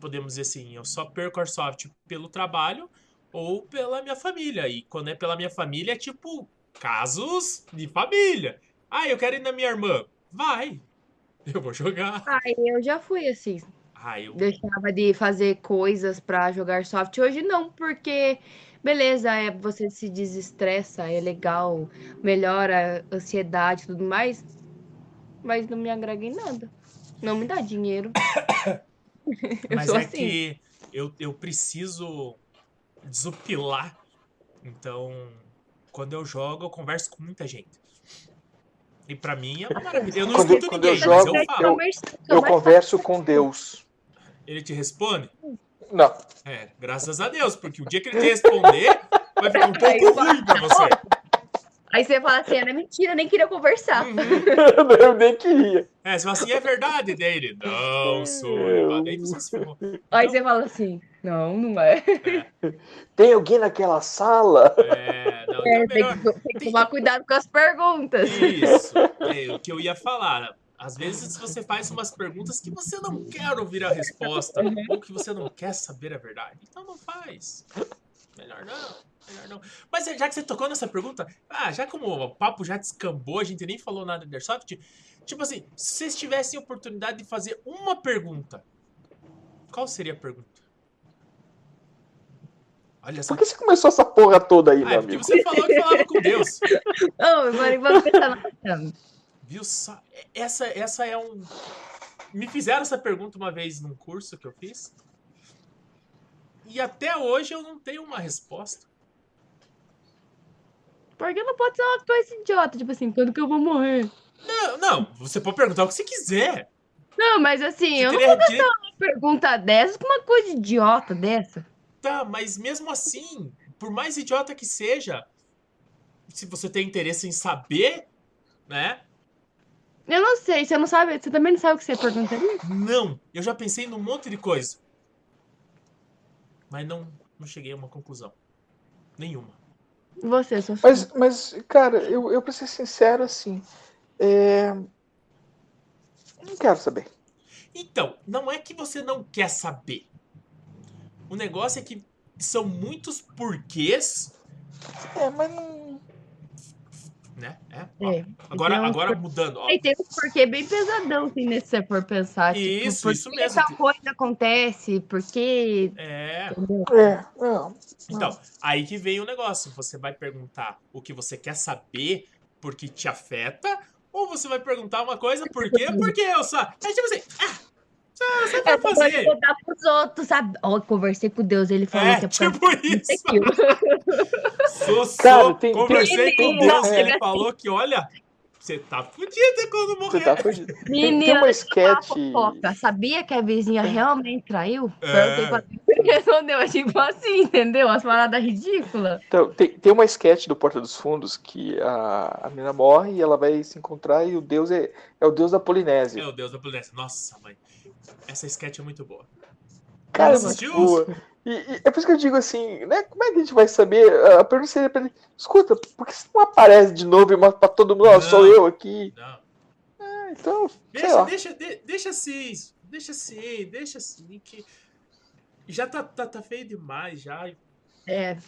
S1: Podemos dizer assim, eu só perco Airsoft pelo trabalho ou pela minha família. E quando é pela minha família, é tipo casos de família. Ah, eu quero ir na minha irmã. Vai. Eu vou jogar.
S2: Aí eu já fui assim,
S1: Ah, eu...
S2: deixava de fazer coisas pra jogar soft. Hoje não, porque beleza, é, você se desestressa, é legal, melhora a ansiedade e tudo mais, mas não me agrega em nada. Não me dá dinheiro. Eu
S1: Mas
S2: sou
S1: é
S2: assim.
S1: que eu, eu preciso desupilar. Então, quando eu jogo, eu converso com muita gente. E pra mim é uma maravilha. Eu não
S3: Quando-
S1: escuto
S3: quando eu
S1: ninguém,
S3: jogo,
S1: mas eu
S3: eu-
S1: falo.
S3: Eu converso com Deus.
S1: Ele te responde?
S3: Não.
S1: É, graças a Deus, porque o dia que ele te responder, vai ficar um
S2: Aí
S1: pouco ruim pra você.
S2: Aí você fala assim, era mentira, nem queria conversar.
S1: Uhum.
S3: Eu nem queria.
S1: É, você fala assim, é verdade, daí ele, não, sou eu. Daí você se ferrou.
S2: Aí você fala assim, não, não é.
S3: Tem alguém naquela sala?
S1: É, não, então é
S2: Tem
S1: melhor.
S2: que, tem que tomar cuidado com as perguntas.
S1: Isso, é o que eu ia falar. Às vezes você faz umas perguntas que você não quer ouvir a resposta, ou que você não quer saber a verdade. Então não faz. Melhor não, melhor não. Mas já que você tocou nessa pergunta, ah, já como o papo já descambou, a gente nem falou nada de Airsoft, tipo assim, se vocês tivessem a oportunidade de fazer uma pergunta, qual seria a pergunta? Olha só.
S3: Por que você começou essa porra toda aí,
S1: Ah, é
S3: meu
S1: porque
S3: amigo?
S1: você falou que falava com Deus.
S2: tá Não, mas vamos pensar na
S1: Viu só? Essa, essa é um, Me fizeram essa pergunta uma vez num curso que eu fiz. E até hoje eu não tenho uma resposta.
S2: Porque não pode ser uma coisa idiota, tipo assim, quando que eu vou morrer?
S1: Não, não, você pode perguntar o que você quiser.
S2: Não, mas assim,
S1: Você
S2: eu não
S1: teria
S2: vou
S1: dire-
S2: fazer uma pergunta dessa com uma coisa idiota dessa.
S1: Tá, mas mesmo assim, por mais idiota que seja, se você tem interesse em saber, né?
S2: Eu não sei, você não sabe, você também não sabe o que você perguntaria?
S1: Não, eu já pensei num monte de coisa. Mas não, não cheguei a uma conclusão. Nenhuma.
S2: Você, sua filha.
S3: Mas, mas cara, eu, eu pra ser sincero, assim. é, Não quero saber.
S1: Então, não é que você não quer saber. O negócio é que são muitos porquês,
S3: É, mas não.
S1: né? É, ó.
S2: É.
S1: Agora,
S2: Então,
S1: agora mudando. ó.
S2: Aí tem um porquê bem pesadão, assim, né, se você for pensar. tipo,
S1: Isso,
S2: por
S1: isso
S2: que
S1: mesmo.
S2: Essa coisa acontece, porque.
S1: É.
S2: tá
S3: É, não.
S1: Então, aí que vem o negócio. Você vai perguntar o que você quer saber porque te afeta, ou você vai perguntar uma
S2: É,
S1: coisa por quê? Porque eu só. É tipo assim, ah, só, só pra
S2: Eu vou
S1: fazer.
S2: contar pros outros, sabe? Ó, eu conversei com Deus, ele falou que
S1: É,
S2: é por causa
S1: tipo isso.
S2: disso e daquilo.
S1: Sossô,
S3: Cara, tem-
S1: conversei
S2: tem-
S1: com Deus,
S3: tem-
S1: ele falou que, olha, você tá fudido quando
S3: Você
S1: morrer.
S3: tá fugindo. Tem, tem
S2: Menina,
S3: uma
S2: a
S3: sketch.
S2: fofoca. Sabia que a vizinha realmente traiu?
S1: É.
S2: Perguntei pra ele respondeu, assim, tipo assim, entendeu? As paradas ridículas.
S3: Então, tem, tem uma sketch do Porta dos Fundos que a, a menina morre e ela vai se encontrar e o deus é, é o deus da Polinésia.
S1: Meu Deus da polícia. Nossa, mãe. Essa sketch é muito boa.
S3: Cara,
S1: Nossa,
S3: muito
S1: Deus.
S3: É boa. E, e é por isso que eu digo assim, né? Como é que a gente vai saber? A pergunta seria pra ele, escuta, por que você não aparece de novo e mostra pra todo mundo, ó,
S1: Não.
S3: sou eu aqui?
S1: Não.
S3: Ah, Então, sei
S1: Deixa,
S3: lá.
S1: deixa, de- deixa assim, deixa assim, deixa assim, que já tá, tá, tá feio demais já.
S2: É.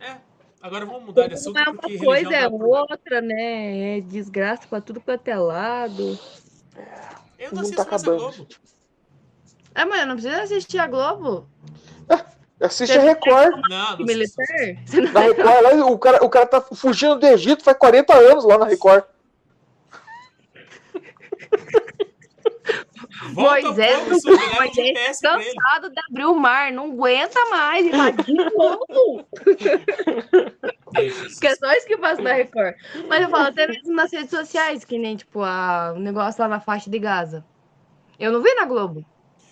S1: É, agora vamos mudar de assunto
S2: Não é uma
S1: porque religião
S2: coisa, é
S1: dá problema.
S2: outra, né? É desgraça pra tudo quanto é lado.
S1: Eu
S3: O
S1: não
S3: mundo
S1: assisto
S3: tá
S1: mais a
S3: acabando.
S1: Globo.
S2: Ah, mano, não precisa assistir a Globo.
S3: Assiste a Record.
S1: Não, não assisto.
S2: Militar.
S3: Na Record, lá, o, cara, o cara tá fugindo do Egito faz 40 anos lá na Record.
S2: é.
S1: Volta um
S2: Moisés,
S1: pouco, sobre leva um
S2: Moisés
S1: GPS pra ele.
S2: Cansado de abrir o mar, não aguenta mais. Ele tá de novo.
S1: Deixa,
S2: Porque é só isso que passa na Record. Mas eu falo até mesmo nas redes sociais, que nem, tipo, a... o negócio lá na faixa de Gaza. Eu não vi na Globo.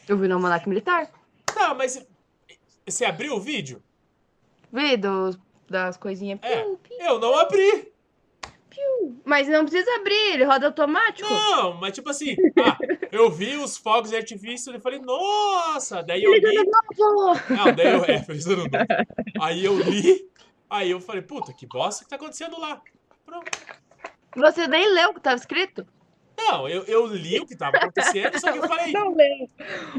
S2: Eu vi no Almanac Militar.
S1: Não, Tá, mas você abriu o vídeo?
S2: Vi dos- das coisinhas.
S1: É.
S2: Piu, piu.
S1: Eu não abri.
S2: Mas não precisa abrir, ele roda automático.
S1: Não, mas tipo assim, ah, eu vi os fogos de artifício e falei, nossa, daí eu
S2: Ele
S1: li.
S2: Pô,
S1: Não, daí eu, é, fez ano novo. Aí eu li, aí eu falei, puta, que bosta que tá acontecendo lá. Pronto.
S2: Você nem leu o que tava escrito?
S1: Não, eu, eu li o que tava acontecendo, só que eu falei,
S2: Não leu.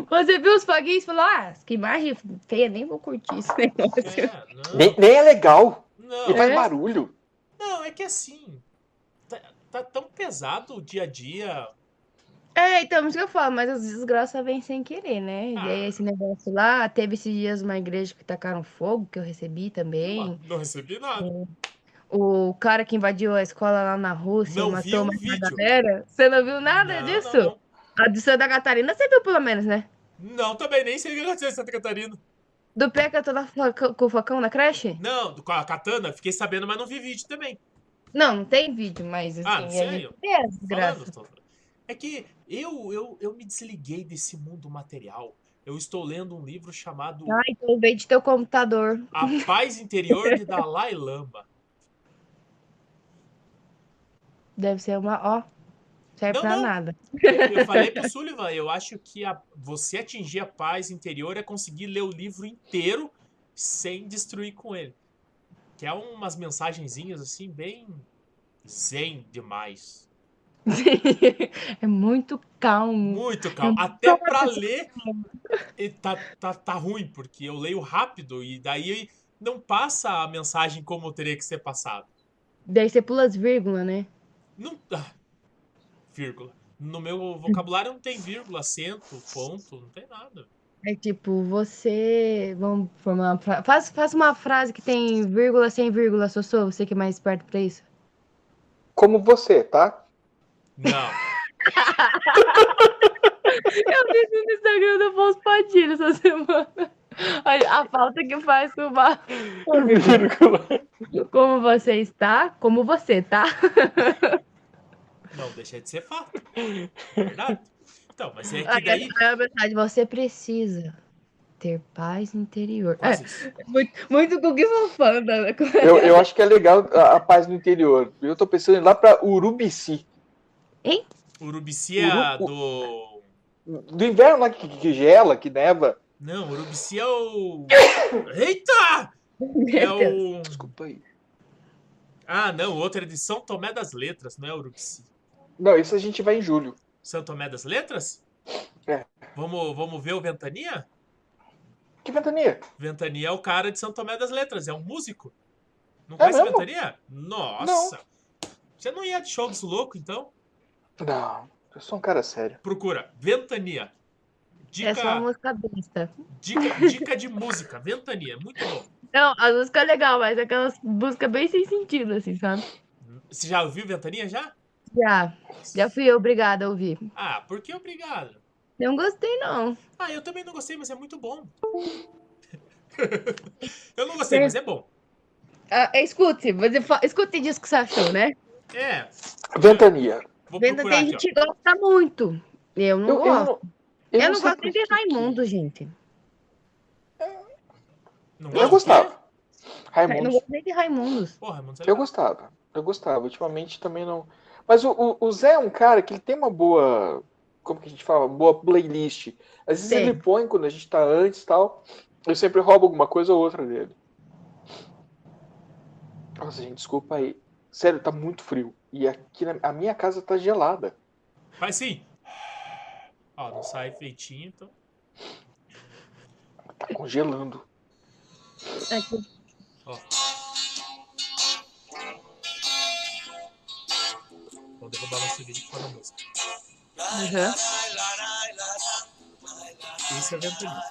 S2: Você viu os foguinhos e falou: Ah, que imagem feia, nem vou curtir esse negócio.
S3: Nem, nem é legal.
S1: é, não,
S3: E
S1: não,
S3: faz
S2: É.
S3: barulho.
S1: Não, é que assim. Tá, tá tão pesado o dia a dia.
S2: É, então, isso que eu falo, mas as desgraças vêm sem querer, né?
S1: Ah.
S2: E aí, esse negócio lá, teve esses dias uma igreja que tacaram fogo, que eu recebi também.
S1: Não recebi nada.
S2: O cara que invadiu a escola lá na Rússia,
S1: Não vi
S2: matou
S1: um
S2: uma
S1: vídeo.
S2: galera. Você não viu nada
S1: Não,
S2: disso?
S1: Não,
S2: A de Santa Catarina você viu, pelo menos, né?
S1: não. Não, também nem sei o que aconteceu em Santa Catarina.
S2: Do pé que eu tô lá faca- com o facão na creche?
S1: Não, com a katana, fiquei sabendo, mas não vi vídeo também.
S2: Não, não tem vídeo, mas assim,
S1: Ah,
S2: a
S1: sério?
S2: gente vê as
S1: Falando,
S2: desgraças.
S1: tô- É que eu, eu, eu me desliguei desse mundo material. Eu estou lendo um livro chamado
S2: Ai, então veio de teu computador.
S1: A Paz Interior de Dalai Lama.
S2: Deve ser uma, ó, serve
S1: Não,
S2: pra
S1: não.
S2: nada.
S1: Eu falei pro Sullivan, eu acho que a- você atingir a paz interior é conseguir ler o livro inteiro sem destruir com ele. Que é umas mensagenzinhas assim, bem zen demais.
S2: É muito calmo.
S1: Muito calmo. Até pra ler e tá, tá, tá ruim, porque eu leio rápido e daí não passa a mensagem como teria que ser passada.
S2: Daí você pula as vírgulas, né?
S1: Não. ah, vírgula. No meu vocabulário não tem vírgula, acento, ponto, não tem nada.
S2: É tipo, você. Vamos formar uma frase. Faça, faça uma frase que tem vírgula sem vírgula, Sossô, você que é mais esperto pra isso.
S3: Como você, tá?
S1: Não.
S2: Eu vi isso no Instagram do Afonso Padilha essa semana. Olha, a falta que faz com o bar. Como você está? Como você tá?
S1: Não deixa de ser fato. É Verdade? Então, mas é que
S2: Aí,
S1: daí.
S2: essa é a verdade. Você precisa ter paz interior. É,
S1: Quase isso.
S2: muito, muito com o que fofanda. né?
S3: Eu, eu acho que é legal a, a paz no interior. Eu tô pensando em ir lá pra Urubici.
S1: Urubici é a
S3: Urubu-
S1: do.
S3: Do inverno lá que, que gela, que neva.
S1: Não, Urubici é o. Eita! É
S2: Meu Deus.
S1: o.
S3: Desculpa aí.
S1: Ah, não, outra é de São Tomé das Letras, não é Urubici.
S3: Não, isso a gente vai em julho.
S1: São Tomé das Letras?
S3: É.
S1: Vamos, vamos ver o Ventania?
S3: Que ventania?
S1: Ventania é o cara de São Tomé das Letras, é um músico. Não
S3: É
S1: conhece
S3: mesmo?
S1: Ventania? Nossa! Você não ia de show dos loucos, então?
S3: Não, eu sou um cara sério.
S1: Procura, Ventania. Dica,
S2: É só uma música besta.
S1: dica, dica de música, Ventania, muito bom.
S2: Não, a música é legal, mas é aquelas músicas bem sem sentido, assim, sabe?
S1: Você já ouviu Ventania já?
S2: Já, já fui obrigada a ouvir.
S1: Ah, por que obrigado?
S2: Não gostei, não.
S1: Ah, eu também não gostei, mas é muito bom. eu não gostei, mas é bom.
S2: Ah, escute, você fa... escute e diz o que você achou, né?
S1: É,
S3: Ventania.
S1: vou
S2: Venda
S1: procurar
S2: tem
S1: aqui, ó.
S2: gente que gosta muito. Eu não
S3: Eu, eu
S2: gosto.
S3: não,
S2: Eu,
S3: eu
S2: não gosto
S3: sei
S2: nem
S3: por
S2: de
S3: que que-
S2: Raimundo, gente.
S1: Não gosta?
S3: Eu gostava.
S2: Eu não
S3: Raimundo.
S2: gosto nem de Raimundos.
S1: Porra, mano, é sei
S3: Eu
S1: lá.
S3: gostava. Eu gostava. Ultimamente também não. Mas o, o- o Zé é um cara que ele tem uma boa. Como que a gente fala? Boa playlist. Às vezes
S2: Tem.
S3: ele põe quando a gente tá antes e tal. Eu sempre roubo alguma coisa ou outra dele. Nossa, gente, desculpa aí. Sério, tá muito frio. E aqui na a minha casa tá gelada.
S1: Faz sim. Ó, não sai feitinho, então.
S3: Tá congelando.
S2: Aqui.
S1: Vou derrubar nosso vídeo fora da música.
S2: Aham.
S1: Isso é ventania.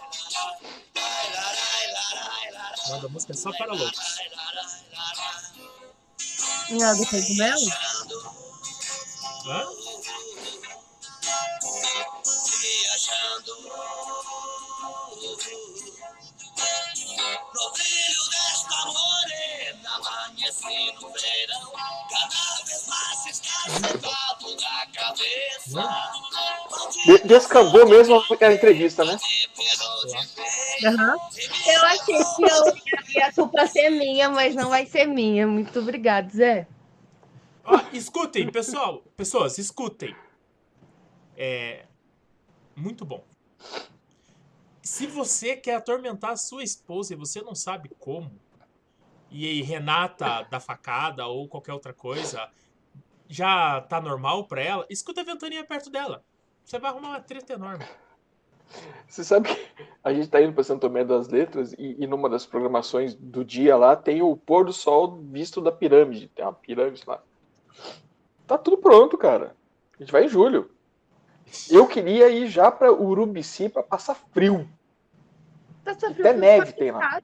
S1: O nome da música é só para loucos.
S2: Não é do cogumelo?
S1: Hã? Não,
S3: De- Descambou mesmo a entrevista, né?
S2: Aham. Eu achei que eu ia a culpa ser minha, mas não vai ser minha. Muito obrigada, Zé.
S1: Ó, escutem, pessoal. Pessoas, escutem. É muito bom. Se você quer atormentar a sua esposa e você não sabe como, e aí Renata da facada ou qualquer outra coisa já tá normal pra ela, escuta a ventania perto dela. Você vai arrumar uma treta enorme.
S3: Você sabe que a gente tá indo para Santo Tomé das Letras e, e numa das programações do dia lá tem o pôr do sol visto da pirâmide. Tem uma pirâmide lá. Tá tudo pronto, cara. A gente vai em julho. Eu queria ir já para Urubici para passar frio.
S2: Tá sofrendo.
S3: Até neve tem lá.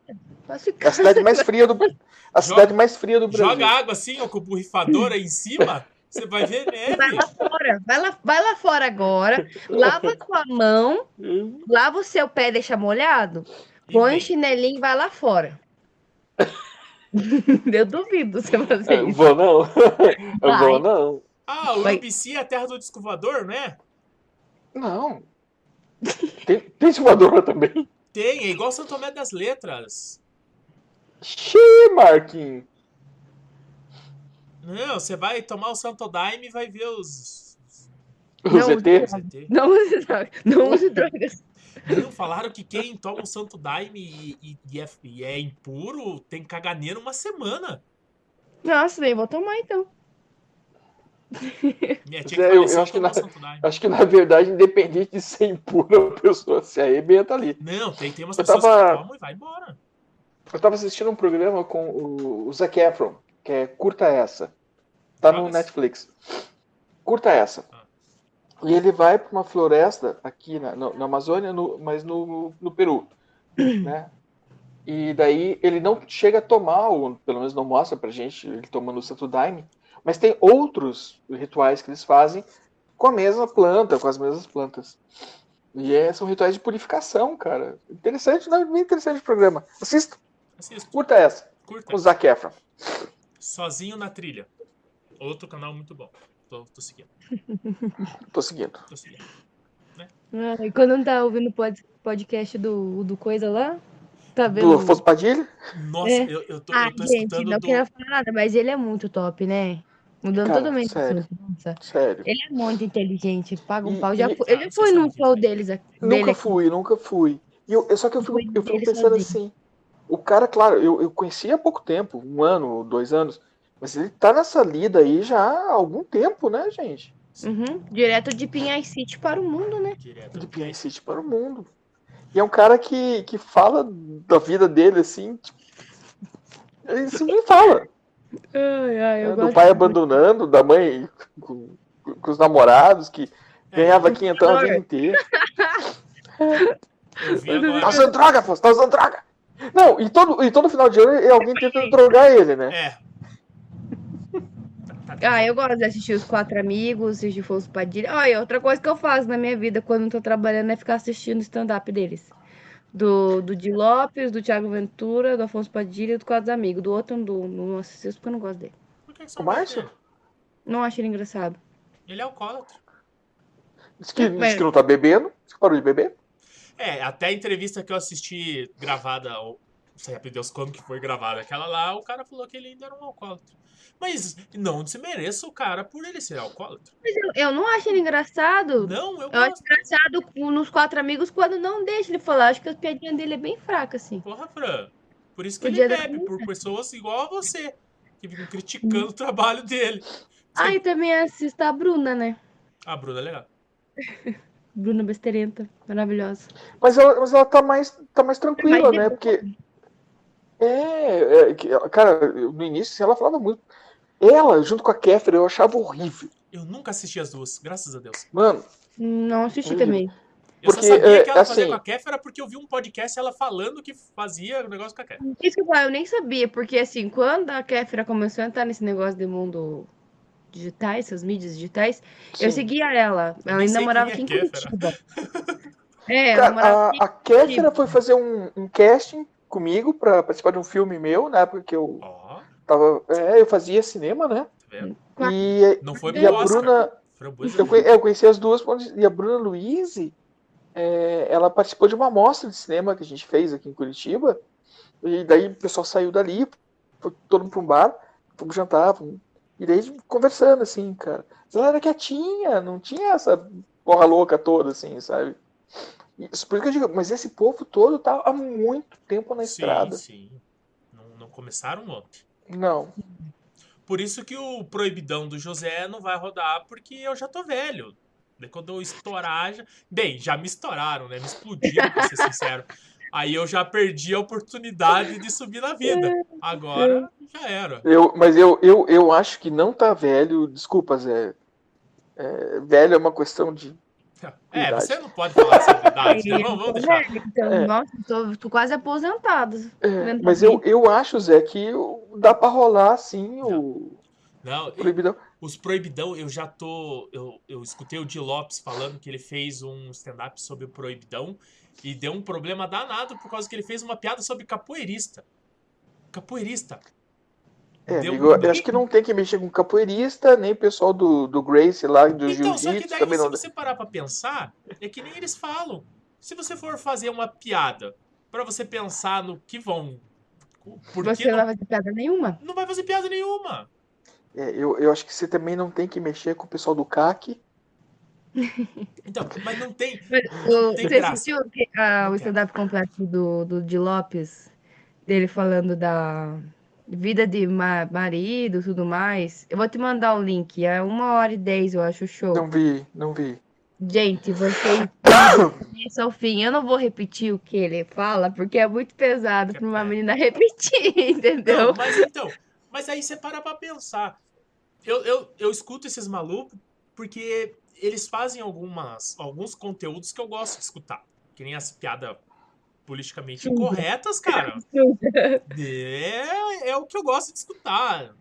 S2: Posso
S3: É a cidade mais fria do a cidade mais fria do Brasil.
S1: Joga água assim, ó, com borrifadora em cima, você vai ver
S2: Vai
S1: neve.
S2: lá fora, vai lá, vai lá fora agora, lava sua mão, lava o seu pé, deixa molhado,
S1: E
S2: põe o
S1: vem.
S2: chinelinho e vai lá fora. Eu duvido você fazer
S3: É, Eu
S2: isso.
S3: vou não. Eu
S2: Vai.
S3: vou não.
S1: Ah,
S2: Vai.
S1: Urubici é a terra do descovador, não é?
S3: Não. Tem, tem Salvador lá também.
S1: Tem, é igual São Tomé das Letras.
S3: Xiii, Marquinhos.
S1: Não, você vai tomar o Santo Daime e vai ver os.
S3: O
S2: Não,
S3: ZT.
S1: os ET.
S2: Não use drogas. Não use drogas.
S1: Não, falaram que quem toma o Santo Daime e, e- e é, e é impuro tem que cagar nele uma semana.
S2: Nossa, bem, vou tomar então.
S1: Minha tia
S3: Zé,
S1: que
S3: eu- É, eu
S1: faleceu
S3: acho que
S1: tomou
S3: na-
S1: Santo Daime.
S3: Acho que na verdade, independente de ser impura, a pessoa se arrebenta ali.
S1: Não, tem, tem umas
S3: Eu
S1: pessoas
S3: tava-
S1: que tomam e vai embora.
S3: Eu tava assistindo um programa com o, o Zac Efron, que é Curta Essa. Tá no
S1: Nossa.
S3: Netflix. Curta Essa.
S1: Ah.
S3: E ele vai pra uma floresta aqui na, no- na Amazônia, no- mas no, no Peru. Né? E daí ele não chega a tomar, ou pelo menos não mostra pra gente, ele tomando o Santo Daime. Mas tem outros rituais que eles fazem com a mesma planta, com as mesmas plantas. E é, são rituais de purificação, cara. Interessante, não, bem interessante o programa. Assista,
S1: Assisto,
S3: curta essa,
S1: Assim, curta.
S3: com o Zac Efron.
S1: Sozinho na trilha. Outro canal muito bom. Tô, tô seguindo,
S3: Tô seguindo.
S1: tô seguindo.
S2: Ah, e quando não tá ouvindo o pod- podcast do, do Coisa lá, tá vendo?
S3: Do Afonso Padilha?
S1: Nossa,
S2: É.
S1: eu, eu tô,
S2: Ah,
S1: eu tô
S2: gente,
S1: escutando
S2: não
S1: do...
S2: queria falar nada, mas ele é muito top, né? Mudando
S3: Cara,
S2: totalmente o
S3: sério.
S2: assunto, nossa.
S3: Sério.
S2: Ele é muito inteligente, paga um
S3: E-
S2: pau. Já
S3: e-
S2: fui-
S1: cara,
S2: eu já
S1: vocês
S2: fui
S1: são
S2: num show
S1: muito
S2: deles aqui. dele
S3: Nunca
S2: aqui.
S3: fui, nunca fui. E eu, eu- só que eu fico,
S2: Foi
S3: eu fico
S2: dele
S3: pensando
S2: sozinho.
S3: assim. O cara, claro, eu, eu conheci há pouco tempo, um ano, dois anos, mas ele tá nessa lida aí já há algum tempo, né, gente?
S2: Uhum, Direto de Pinhais City para o mundo, né?
S1: Direto.
S3: De PI City para o mundo. E é um cara que, que fala da vida dele, assim, tipo, ele sempre fala.
S2: Ai, ai,
S3: né, do pai abandonando, da mãe com, com- com os namorados, que ganhava quinhentão a vida inteira.
S1: Eu vi
S3: Tá
S1: agora.
S3: usando droga, pô, tá usando droga. Não, e todo, e todo final de ano alguém tenta drogar ele, né?
S1: É.
S2: Ah, eu gosto de assistir os quatro amigos, se for os Padilha. Ah, e outra coisa que eu faço na minha vida quando não tô trabalhando é ficar assistindo o stand-up deles. Do, do Di Lopes, do Thiago Ventura, do Afonso Padilha e do Quatro Amigos. Do outro eu não, dou- não assisto porque eu não gosto dele.
S1: Por que que você
S3: O
S1: não gosta
S3: Márcio?
S1: dele?
S2: Não acho ele engraçado.
S1: Ele é alcoólatra.
S3: Diz que,
S2: Mas-
S3: diz que não tá bebendo, diz que parou de beber.
S1: É, até a entrevista que eu assisti gravada, ou sei lá, Deus quando que foi gravada, aquela lá, o cara falou que ele ainda era um alcoólatra. Mas não desmereça o cara por ele ser alcoólatra.
S2: Mas eu, eu não acho ele engraçado.
S1: Não, eu
S2: Eu acho
S1: gosto.
S2: engraçado nos quatro amigos quando não deixa ele falar. Acho que a piadinha dele é bem fraca, assim.
S1: Porra, Fran. Por isso que ele
S2: Podia dar
S1: bebe, por pessoas igual a você, que ficam criticando o trabalho dele.
S2: Ah, e também assisto a Bruna, né?
S1: Ah, Bruna, é legal.
S2: Bruna Besterenta, maravilhosa.
S3: Mas ela, mas ela tá mais, tá mais tranquila,
S2: Mas
S3: né? Porque. É, é, que ela- cara, eu- no início assim, ela falava muito. Ela, junto com a Kéfera, eu achava horrível.
S1: Eu nunca assisti as duas, graças a Deus.
S3: Mano,
S2: Não assisti
S3: Hum.
S2: também.
S1: Eu
S3: Porque,
S1: só sabia
S3: é,
S1: que ela fazia
S3: assim-
S1: com a Kéfera porque eu vi um podcast ela falando que fazia o negócio com a Kéfera.
S2: Isso que eu falo, eu nem sabia, porque assim, quando a Kéfera começou a entrar nesse negócio de mundo digitais, essas mídias digitais, eu
S3: sim.
S2: seguia ela.
S1: Eu
S2: Ela
S1: nem
S2: ainda
S1: sei
S2: morava aqui
S1: quem
S2: em
S1: é Kéfera.
S2: Curitiba. É,
S3: Tá,
S2: ela morava
S3: Cara, a, a Kéfera foi fazer um, um casting comigo pra participar de um filme meu, na época que eu
S1: Ó, tá
S3: tava. É, eu fazia cinema, né?
S1: vendo?
S3: E,
S1: Não foi
S3: e
S1: pro
S3: a
S1: Oscar.
S3: Bruna.
S1: Framboesa
S3: Eu, conhe- é, eu conheci as duas onde- e a Bruna Luiz, ela participou de uma amostra de cinema que a gente fez aqui em Curitiba. E daí o pessoal saiu dali, foi todo mundo pra um bar, fomos jantar, fomos- e daí conversando, assim, cara. Mas Ela era quietinha, não tinha essa porra louca toda, assim, sabe? E Isso, por isso que eu digo, mas esse povo todo tá há muito tempo na estrada.
S1: Sim, sim. Não, não começaram ontem.
S3: Não.
S1: Por isso que o proibidão do José não vai rodar, porque eu já tô velho. Daí Quando eu estourar. Já... Bem, já me estouraram, né? Me explodiram, pra ser sincero. Aí eu já perdi a oportunidade de subir na vida. Agora já era.
S3: Eu, mas eu, eu, eu acho que não tá velho. Desculpa, Zé. É, velho é uma questão de
S1: É,
S3: Idade.
S1: você não pode falar sobre idade, né? Vamos, vamos deixar.
S2: Então,
S3: ah, É.
S2: nossa, tô, tô quase aposentado.
S3: É,
S2: Vendo
S3: mas eu,
S2: também.
S3: eu acho, Zé, que o- dá pra rolar sim o
S1: Não,
S3: proibidão.
S1: Os Proibidão, eu já tô. Eu, eu escutei o Di Lopes falando que ele fez um stand-up sobre o Proibidão e deu um problema danado por causa que ele fez uma piada sobre capoeirista. Capoeirista.
S3: É,
S1: Deu
S3: amigo, eu
S1: briga.
S3: acho que não tem que mexer com capoeirista, nem o pessoal do, do Grace lá,
S1: Então, só
S3: do
S1: que
S3: Jiu-Jitsu
S1: daí,
S3: também
S1: se
S3: não.
S1: você parar pra pensar, é que nem eles falam. Se você for fazer uma piada pra você pensar no que vão. Por que
S2: Você não
S1: não,
S2: vai fazer piada nenhuma.
S1: não vai fazer piada nenhuma?
S3: É, eu, eu acho que você também não tem que mexer com o pessoal do CAC.
S1: Então, mas não tem.
S2: O-
S1: Tem
S2: você
S1: graça.
S2: assistiu que- ah,
S1: Não
S2: o
S1: quero.
S2: stand-up completo do, do Di Lopes? Dele falando da vida de ma- marido e tudo mais. Eu vou te mandar o link. É uma hora e dez, eu acho, o show.
S3: Não vi, não vi.
S2: Gente, vocês isso ao fim. Eu não vou repetir o que ele fala, porque é muito pesado para
S1: É.
S2: uma menina repetir,
S1: Não,
S2: entendeu?
S1: mas então, mas aí você para pra pensar. Eu, eu, eu escuto esses malucos porque eles fazem algumas, alguns conteúdos que eu gosto de escutar. Que nem as piadas politicamente
S2: Sim.
S1: incorretas, cara. É, é o que eu gosto de escutar.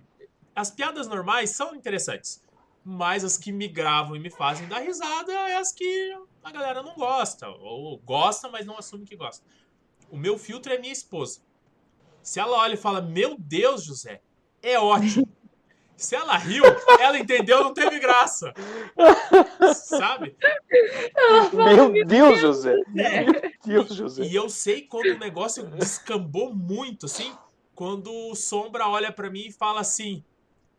S1: As piadas normais são interessantes. Mas as que me gravam e me fazem dar risada é as que a galera não gosta. Ou gosta, mas não assume que gosta. O meu filtro é minha esposa. Se ela olha e fala, meu Deus, José, é ótimo. Se ela riu, ela entendeu, não teve graça. Sabe?
S3: Meu Deus, José.
S1: É.
S3: Meu Deus, José.
S1: E eu sei quando o negócio descambou muito, assim, quando o Sombra olha pra mim e fala assim: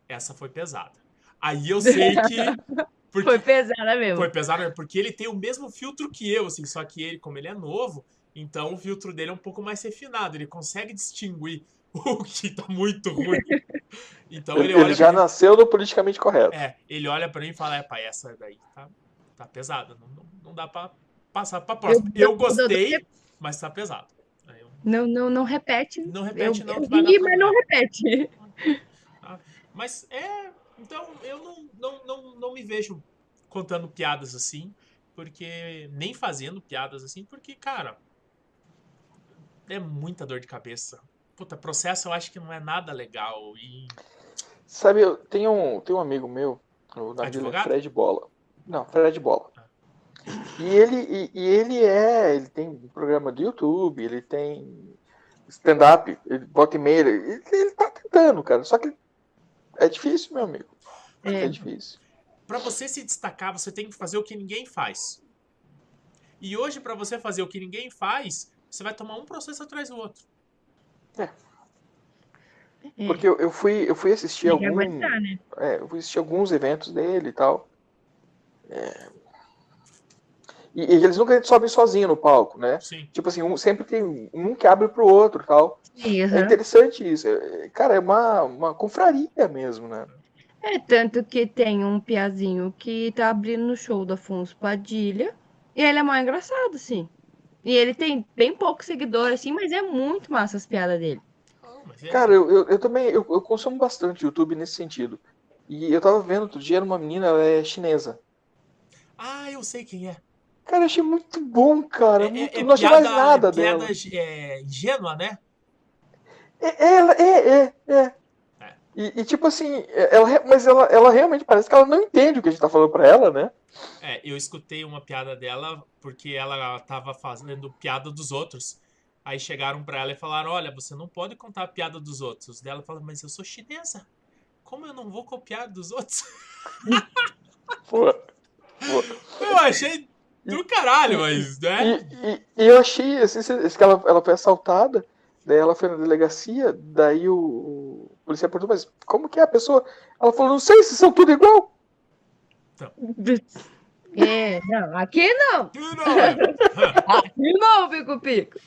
S1: essa foi pesada. Aí eu sei que. Porque
S2: Foi pesada mesmo.
S1: foi pesado, né? porque ele tem o mesmo filtro que eu, assim, só que ele, como ele é novo, então o filtro dele é um pouco mais refinado, ele consegue distinguir o que tá muito ruim. Então ele,
S3: Ele,
S1: olha
S3: já
S1: pra mim,
S3: nasceu no politicamente correto.
S1: é, ele olha para mim e fala: é, pai, essa daí tá, tá pesada, não, não, não dá pra passar pra próxima.
S2: Eu-
S1: Eu gostei, mas tá pesado. Aí eu-
S2: Não, não, não repete.
S1: Não repete,
S2: eu,
S1: não,
S2: eu
S1: que vai dar
S2: vi, mas não
S1: problema.
S2: repete.
S1: Mas é. Então, eu não, não, não, não me vejo contando piadas assim, porque. Nem fazendo piadas assim, porque, cara. É muita dor de cabeça. Puta, processo eu acho que não é nada legal. E.
S3: Sabe, eu- tem um, tem um amigo meu, o nome dele é
S1: Advogado?
S3: Fred Bola. Não, Fred Bola.
S1: Ah.
S3: E ele, e, e ele é, ele tem um programa do YouTube, ele tem stand-up, ele bota e meia, ele, ele tá tentando, cara, só que é difícil, meu amigo, é,
S2: É,
S3: difícil.
S1: Pra você se destacar, você tem que fazer o que ninguém faz. E hoje, pra você fazer o que ninguém faz, você vai tomar um processo atrás do outro.
S2: é.
S3: Porque eu, eu fui, eu fui assistir
S2: Tem que
S3: algum,
S2: aguentar, né?
S3: é, eu fui assistir alguns eventos dele e tal. É. E, e eles nunca sobem sozinhos no palco, né?
S1: Sim.
S3: Tipo assim, um, sempre tem um que abre pro outro e tal.
S2: Sim,
S3: É
S2: aham.
S3: interessante isso. É, Cara, é uma, uma confraria mesmo, né?
S2: É, tanto que tem um piazinho que tá abrindo no show do Afonso Padilha. E ele é mó engraçado, sim. E ele tem bem pouco seguidor, assim, mas é muito massa as piadas dele.
S1: Não, mas é-
S3: Cara, eu, eu, eu também eu, eu consumo bastante YouTube nesse sentido. E eu tava vendo outro dia, era uma menina, ela é chinesa.
S1: Ah, eu sei quem é.
S3: Cara, eu achei muito bom, cara. muito- não achei
S1: piada-
S3: mais nada
S1: é piada,
S3: dela.
S1: é, ingênua, né?
S3: É, é, ela- é, é, é.
S1: É.
S3: E, e, tipo assim, é- ela, re- mas ela, ela realmente parece que ela não entende o que a gente tá falando pra ela, né?
S1: É, eu escutei uma piada dela porque ela tava fazendo piada dos outros. Aí chegaram pra ela e falaram: Olha, você não pode contar a piada dos outros. Daí Ela fala: Mas eu sou chinesa. Como eu não vou copiar dos outros?
S3: Pô.
S1: Eu achei do caralho, mas, né?
S2: É.
S3: E, e- e eu achei assim, se- que ela, ela foi assaltada, daí ela foi na delegacia, daí o, o policial perguntou, mas como que é a pessoa? Ela falou, não sei, vocês são tudo igual.
S2: É, não, aqui não.
S1: E não, é.
S2: Aqui não, Pico Pico.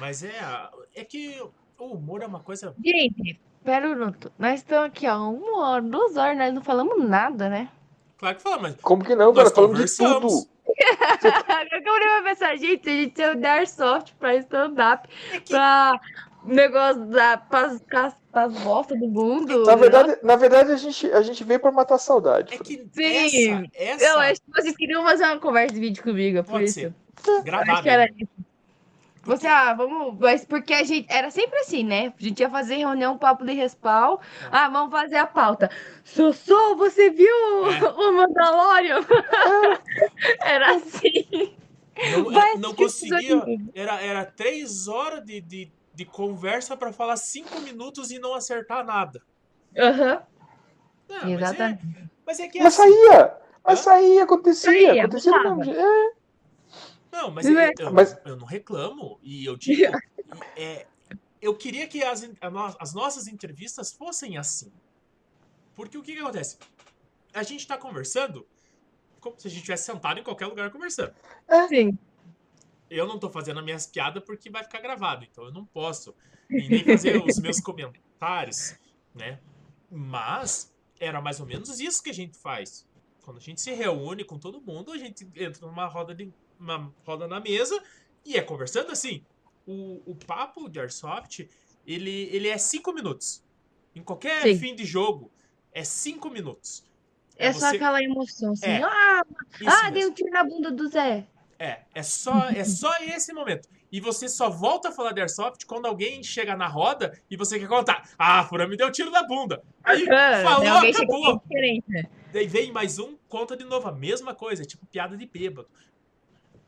S1: Mas é. a- É que o humor é uma coisa.
S2: Gente, pera um minuto. Nós estamos aqui, ó, uma hora, duas horas, nós não falamos nada, né?
S1: Claro que fala, mas.
S3: Como que não,
S1: Nós
S3: cara? Falamos de
S1: conversamos.
S3: tudo.
S2: Agora que eu olhei pra pensar, gente, a gente tem o Darsoft pra stand-up,
S1: É que-
S2: pra negócio da, pras, pras, pras bostas do mundo.
S3: Na verdade, na verdade a, gente, a gente veio pra matar a saudade.
S1: É que
S2: Sim.
S1: essa,
S2: Eu
S1: essa
S2: acho que vocês queriam fazer uma conversa de vídeo comigo, é por
S1: Pode
S2: isso.
S1: ser.
S2: Eu Acho
S1: gravada.
S2: que era isso. Você, ah, vamos. Mas porque a gente. Era sempre assim, né? A gente ia fazer reunião, papo de respal. Ah, vamos fazer a pauta. Sossô, você viu
S1: É.
S2: o Mandalorian? Era assim.
S1: Não,
S2: Vai
S1: não
S2: assistir
S1: conseguia.
S2: episódio novo.
S1: Era, era três horas de, de, de conversa pra falar cinco minutos e não acertar nada.
S2: Aham.
S1: Não, é-
S2: Exatamente.
S1: Mas é, mas é que é
S3: Mas
S1: assim.
S3: saía, mas
S1: Hã?
S3: saía, acontecia,
S2: Saía,
S3: acontecia do mesmo jeito. É,
S1: Não, mas, é- eu,
S3: Né? Mas-
S1: eu não reclamo. E eu digo. e é, eu queria que as, a no- as nossas entrevistas fossem assim. Porque o que, que acontece? A gente tá conversando como se a gente tivesse sentado em qualquer lugar conversando.
S2: Sim.
S1: eu não tô fazendo as minhas piadas porque vai ficar gravado, então eu não posso. E nem fazer os meus comentários, né? Mas era mais ou menos isso que a gente faz. Quando a gente se reúne com todo mundo, a gente entra numa roda de uma roda na mesa e é conversando assim. O, o papo de Airsoft, ele, ele é cinco minutos. Em qualquer
S2: Sim.
S1: fim de jogo, é cinco minutos.
S2: É só
S1: você-
S2: aquela emoção assim.
S1: É,
S2: ah,
S1: isso
S2: ah
S1: mesmo.
S2: dei um tiro na bunda do Zé.
S1: É, é só, é só esse momento. E você só volta a falar de Airsoft quando alguém chega na roda e você quer contar. Ah, Furã me deu tiro na bunda. Aí
S2: Ah,
S1: falou,
S2: né? Alguém chega
S1: acabou.
S2: bem diferente, né?
S1: Daí vem mais um, conta de novo a mesma coisa, é tipo piada de bêbado.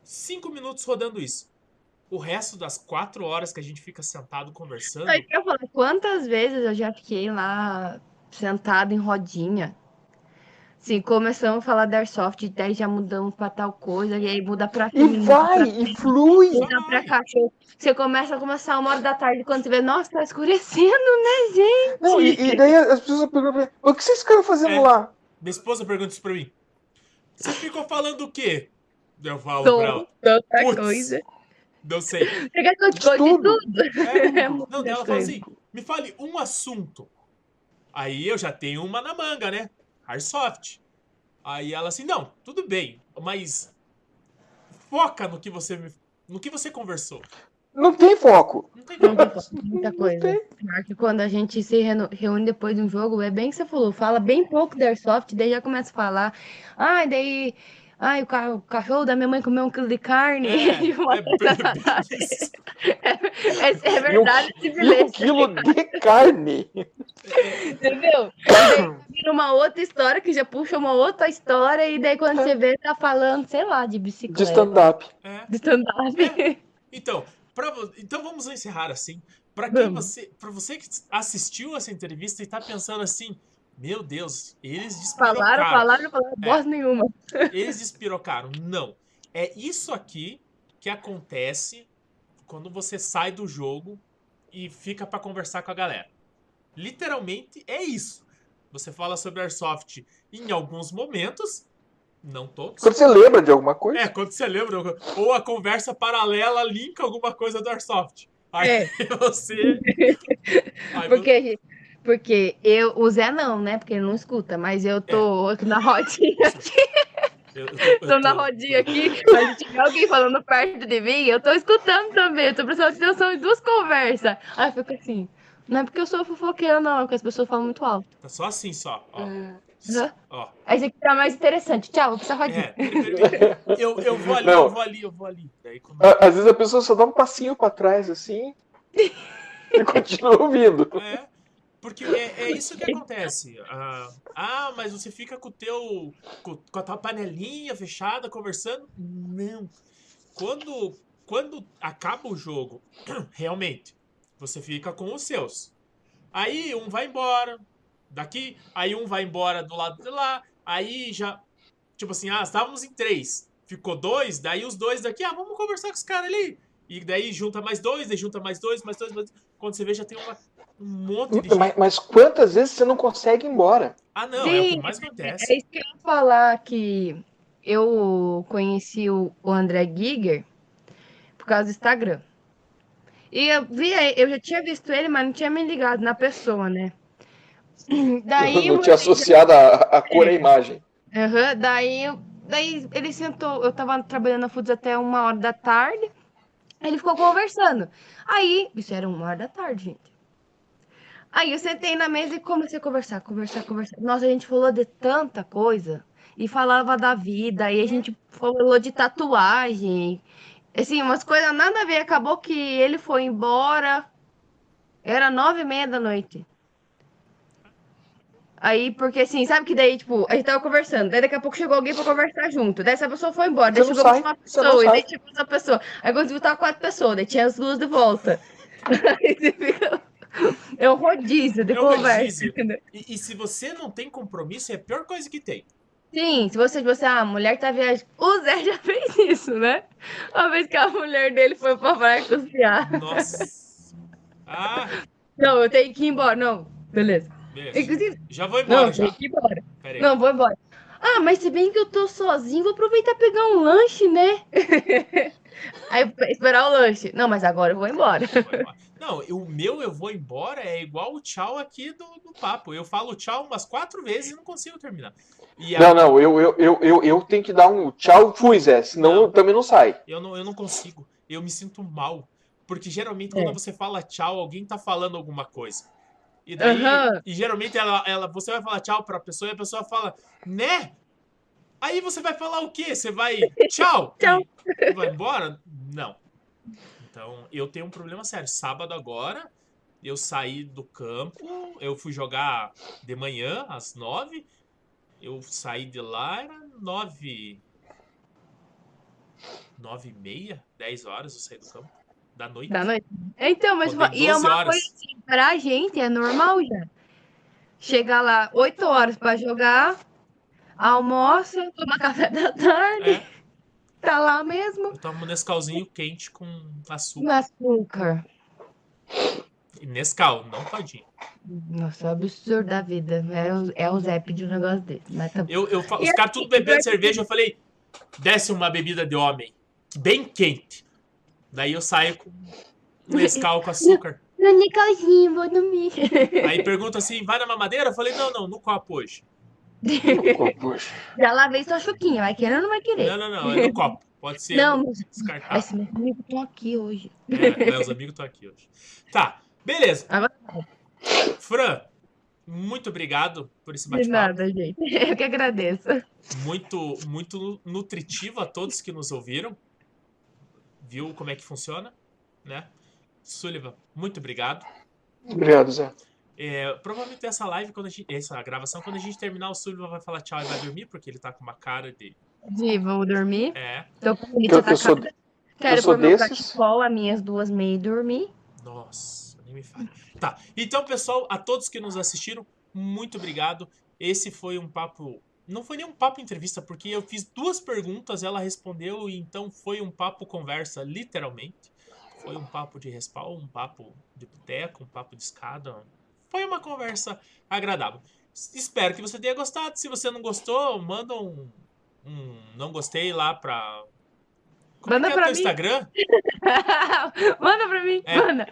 S1: Cinco minutos rodando isso. O resto das quatro horas que a gente fica sentado conversando,
S2: Aí eu falo, quantas vezes eu já fiquei lá sentado em rodinha? Assim, começamos a falar de airsoft, daí já mudamos pra tal coisa, e aí muda pra
S3: E
S2: muda pra-
S3: vai, e flui.
S2: Muda pra cachorro. Você começa a começar uma hora da tarde, quando você vê, nossa, tá escurecendo, né, gente?
S3: Não, e, e daí as pessoas perguntam: o que vocês ficaram fazendo
S1: É.
S3: lá?
S1: minha esposa pergunta isso pra mim. Você ficou falando o quê? Eu falo
S2: Tô,
S1: pra ela.
S2: tô, outra
S1: Putz.
S2: coisa.
S1: Não sei.
S2: Você quer que eu te conte
S3: Tudo.
S2: tudo?
S1: É,
S2: É
S1: não,
S2: muita
S1: dela fala
S2: coisa.
S1: assim: me fale um assunto. Aí eu já tenho uma na manga, né? Airsoft. Aí ela assim: não, tudo bem, mas foca no que você me- no que você conversou.
S3: Não tem foco.
S1: Não tem
S2: Não
S1: como.
S2: tem como, muita
S3: Não
S2: coisa.
S3: tem.
S2: Pior que quando a gente se reno- reúne depois de um jogo, é bem que você falou, fala bem pouco da Airsoft, daí já começa a falar. Ai, daí. Ai, o, ca- o cachorro da minha mãe comeu um quilo de carne.
S1: É,
S2: Uma
S1: é
S2: coisa
S1: bem-
S2: nada a ver. é, é verdade, esse
S3: E um
S2: beleza,
S3: quilo de carne.
S2: entendeu? Daí vira uma outra história que já puxa uma outra história, e daí quando você vê, tá falando, sei lá, de
S3: De
S2: bicicleta.
S3: stand-up.
S1: É.
S2: De stand-up.
S1: Então, pra vo- então vamos encerrar assim. Pra quem
S2: Vamos.
S1: você, para você que assistiu essa entrevista e tá pensando assim, meu Deus, eles
S2: Falaram,
S1: despirocaram.
S2: falaram, falaram,
S1: É.
S2: bosta nenhuma.
S1: Eles despirocaram. Não. É isso aqui que acontece quando você sai do jogo e fica pra conversar com a galera. Literalmente é isso. Você fala sobre Airsoft em alguns momentos, não todos.
S3: Quando você lembra de alguma coisa,
S1: É, quando você lembra. Ou a conversa paralela linka alguma coisa do Airsoft. Aí
S2: É.
S1: você. Aí você-
S2: Porque, porque eu, o Zé não, né? Porque ele não escuta, mas eu tô aqui na rodinha,
S1: eu- eu tô- eu
S2: tô na
S1: tô-
S2: rodinha aqui, mas se tiver alguém falando perto de mim, eu tô escutando também, eu tô prestando atenção em duas conversas. Aí eu fico assim, não é porque eu sou fofoqueira, não, é porque as pessoas falam muito alto.
S1: Tá só assim, só. Ó.
S2: Zé?
S1: Ó.
S2: Aí isso aqui tá mais interessante. Tchau, vou precisar rodinha.
S1: É, peraí, peraí. eu, eu vou ali,
S3: Não.
S1: eu vou ali, eu vou ali. Daí quando-
S2: É.
S3: a- às vezes a pessoa só dá um passinho pra trás assim e continua ouvindo.
S1: É, porque é, é isso que acontece. Ah, ah, mas você fica com o teu. com, com a tua panelinha fechada, conversando. Não. Quando, quando acaba o jogo, realmente, você fica com os seus. Aí um vai embora daqui, aí um vai embora do lado de lá, aí já. Tipo assim, ah, estávamos em três. Ficou dois, daí os dois daqui, ah, vamos conversar com os caras ali. E daí junta mais dois, daí junta mais dois, mais dois, mais dois. Quando você vê, já tem uma- um monte de gente.
S3: Mas, mas quantas vezes você não consegue ir embora?
S1: Ah, não, é o que
S2: Sim,
S1: mais
S2: É
S1: acontece.
S2: isso que eu ia falar que eu conheci o, o André Giger por causa do Instagram. E eu vi, eu já tinha visto ele, mas não tinha me ligado na pessoa, né? Daí,
S3: não
S2: uma
S3: tinha
S2: vez-
S3: associado a,
S2: É.
S3: a cor à imagem.
S2: Aham, daí, eu- daí ele sentou, eu tava trabalhando na Foods até uma hora da tarde, aí ele ficou conversando. Aí, isso era uma hora da tarde, gente. Aí eu sentei na mesa e comecei a conversar, conversar, conversar. Nossa, a gente falou de tanta coisa. E falava da vida, aí a gente falou de tatuagem. Assim, umas coisas nada a ver. Acabou que ele foi embora. Era nove e meia da noite. Aí, porque assim, sabe que daí, tipo, a gente tava conversando, daí daqui a pouco chegou alguém pra conversar junto, daí essa pessoa foi embora, daí
S3: Você não
S2: chegou
S3: sai,
S2: mais uma
S3: você não
S2: pessoa, né? e
S3: sai.
S2: daí chegou outra pessoa. Aí quando viu, tava quatro pessoas, daí tinha as duas de volta. Aí você fica... É um rodízio de
S1: É um
S2: conversa,
S1: rodízio.
S2: entendeu?
S1: E, e se você não tem compromisso, é a pior coisa que tem.
S2: Sim, se você, tipo assim, ah, a mulher tá viajando. O Zé já fez isso, né? Uma vez que a mulher dele foi pra praia cozinhar.
S1: Nossa. Ah,
S2: Não, eu tenho que ir embora. Não, beleza.
S1: beleza.
S2: Inclusive,
S1: Já vou
S2: não,
S1: embora,
S2: eu
S1: já.
S2: tenho que ir embora.
S1: Peraí.
S2: Não, vou embora. Ah, mas se bem que eu tô sozinho, vou aproveitar e pegar um lanche, né? Aí eu- esperar o lanche. Não, mas agora eu vou embora.
S1: Vai embora. Não, o meu eu vou embora é igual o tchau aqui do, do papo. Eu falo tchau umas quatro vezes e não consigo terminar. E a-
S3: Não, não, eu, eu, eu, eu, eu tenho que dar um tchau, fui, Zé, senão
S1: Não.
S3: eu também não sai.
S1: eu, não, eu não consigo. Eu me sinto mal. Porque geralmente quando
S2: É.
S1: você fala tchau, alguém tá falando alguma coisa. E daí,
S2: Aham.
S1: e geralmente ela, ela, você vai falar tchau pra pessoa e a pessoa fala, né? Aí você vai falar o quê? Você vai tchau?
S2: Tchau.
S1: E vai embora? Não. Então, eu tenho um problema sério. Sábado agora, eu saí do campo, eu fui jogar de manhã, às nove. Eu saí de lá, era nove. Nove e meia? Dez horas eu saí do campo. Da noite.
S2: Da noite. Então, mas
S1: Pô, tem
S2: e é
S1: 12
S2: uma
S1: horas.
S2: coisa assim, pra gente é normal já. Chegar lá 8 horas pra jogar, almoça, tomar café da tarde,
S1: É,
S2: tá lá mesmo.
S1: eu tomo um Nescauzinho quente com
S2: Com
S1: açúcar.
S2: açúcar.
S1: E Nescau, não todinho.
S2: Nossa, é um absurdo da vida. É o, é o Zé pedir um negócio desse. Mas tá bom.
S1: Eu, eu, fa-
S2: E
S1: os caras tudo
S2: e é assim.
S1: bebendo
S2: aí?
S1: cerveja, eu falei, desce uma bebida de homem, bem quente. Daí eu saio com um Nescau com açúcar.
S2: No Nicolzinho, vou dormir.
S1: Aí pergunta assim, vai na mamadeira? Eu falei, não, não, no copo hoje.
S3: Poxa.
S2: Já lavei sua chuquinha, vai querer ou não vai querer?
S1: Não, Ah. não, não, é no copo. Pode ser
S2: Não, mas
S1: descartável.
S2: esses meus amigos estão tá aqui hoje.
S1: É, é, os amigos estão aqui hoje. Tá, beleza.
S2: Agora tá.
S1: Fran, muito obrigado por esse
S2: De
S1: bate-papo.
S2: nada, gente. Eu que agradeço.
S1: Muito, muito nutritivo a todos que nos ouviram. Viu como é que funciona, né? Sullivan, muito obrigado.
S3: Obrigado, Zé.
S1: É, provavelmente essa live, quando a gente, essa gravação, quando a gente terminar, o Sullivan vai falar tchau e vai dormir, porque ele tá com uma cara de.
S2: Di, vamos dormir.
S1: É,
S2: Tô com medo de
S3: Eu, eu
S2: atacar.
S3: sou,
S2: Uhum. Quero
S3: eu sou
S2: pôr meu
S3: desses.
S2: cachecol, as minhas duas meias e dormir.
S1: Nossa, nem me fale. Tá. Então, pessoal, a todos que nos assistiram, muito obrigado. Esse foi um papo. Não foi nem um papo entrevista, porque eu fiz duas perguntas, ela respondeu, e então foi um papo conversa, literalmente. Foi um papo de respawn, um papo de boteco, um papo de escada. Foi uma conversa agradável. S- Espero que você tenha gostado. Se você não gostou, manda um, um não gostei lá pra. Como
S2: Manda
S1: é que é
S2: pra
S1: o teu
S2: mim.
S1: Instagram?
S2: manda pra mim,
S1: É,
S2: manda.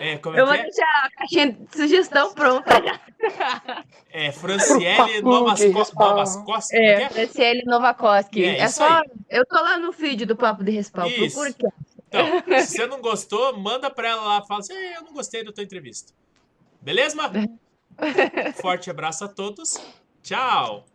S1: É, como é
S2: Eu
S1: que
S2: vou
S1: é?
S2: deixar a caixinha de sugestão pronta já.
S1: É,
S3: Pacu
S1: Franciele
S3: de
S1: Novas, Co
S3: Respawn.
S1: Novas Costas. como
S2: É,
S1: É. que é?
S2: PSL Novakoski.
S1: É,
S2: É,
S1: isso
S2: só.
S1: aí.
S2: Eu tô lá no feed do Papo de Respaldo.
S1: Isso.
S2: Procura que
S1: Então, se você não gostou, manda pra ela lá, fala assim, "Ei, eu não gostei da tua entrevista. Beleza? Forte abraço a todos. Tchau!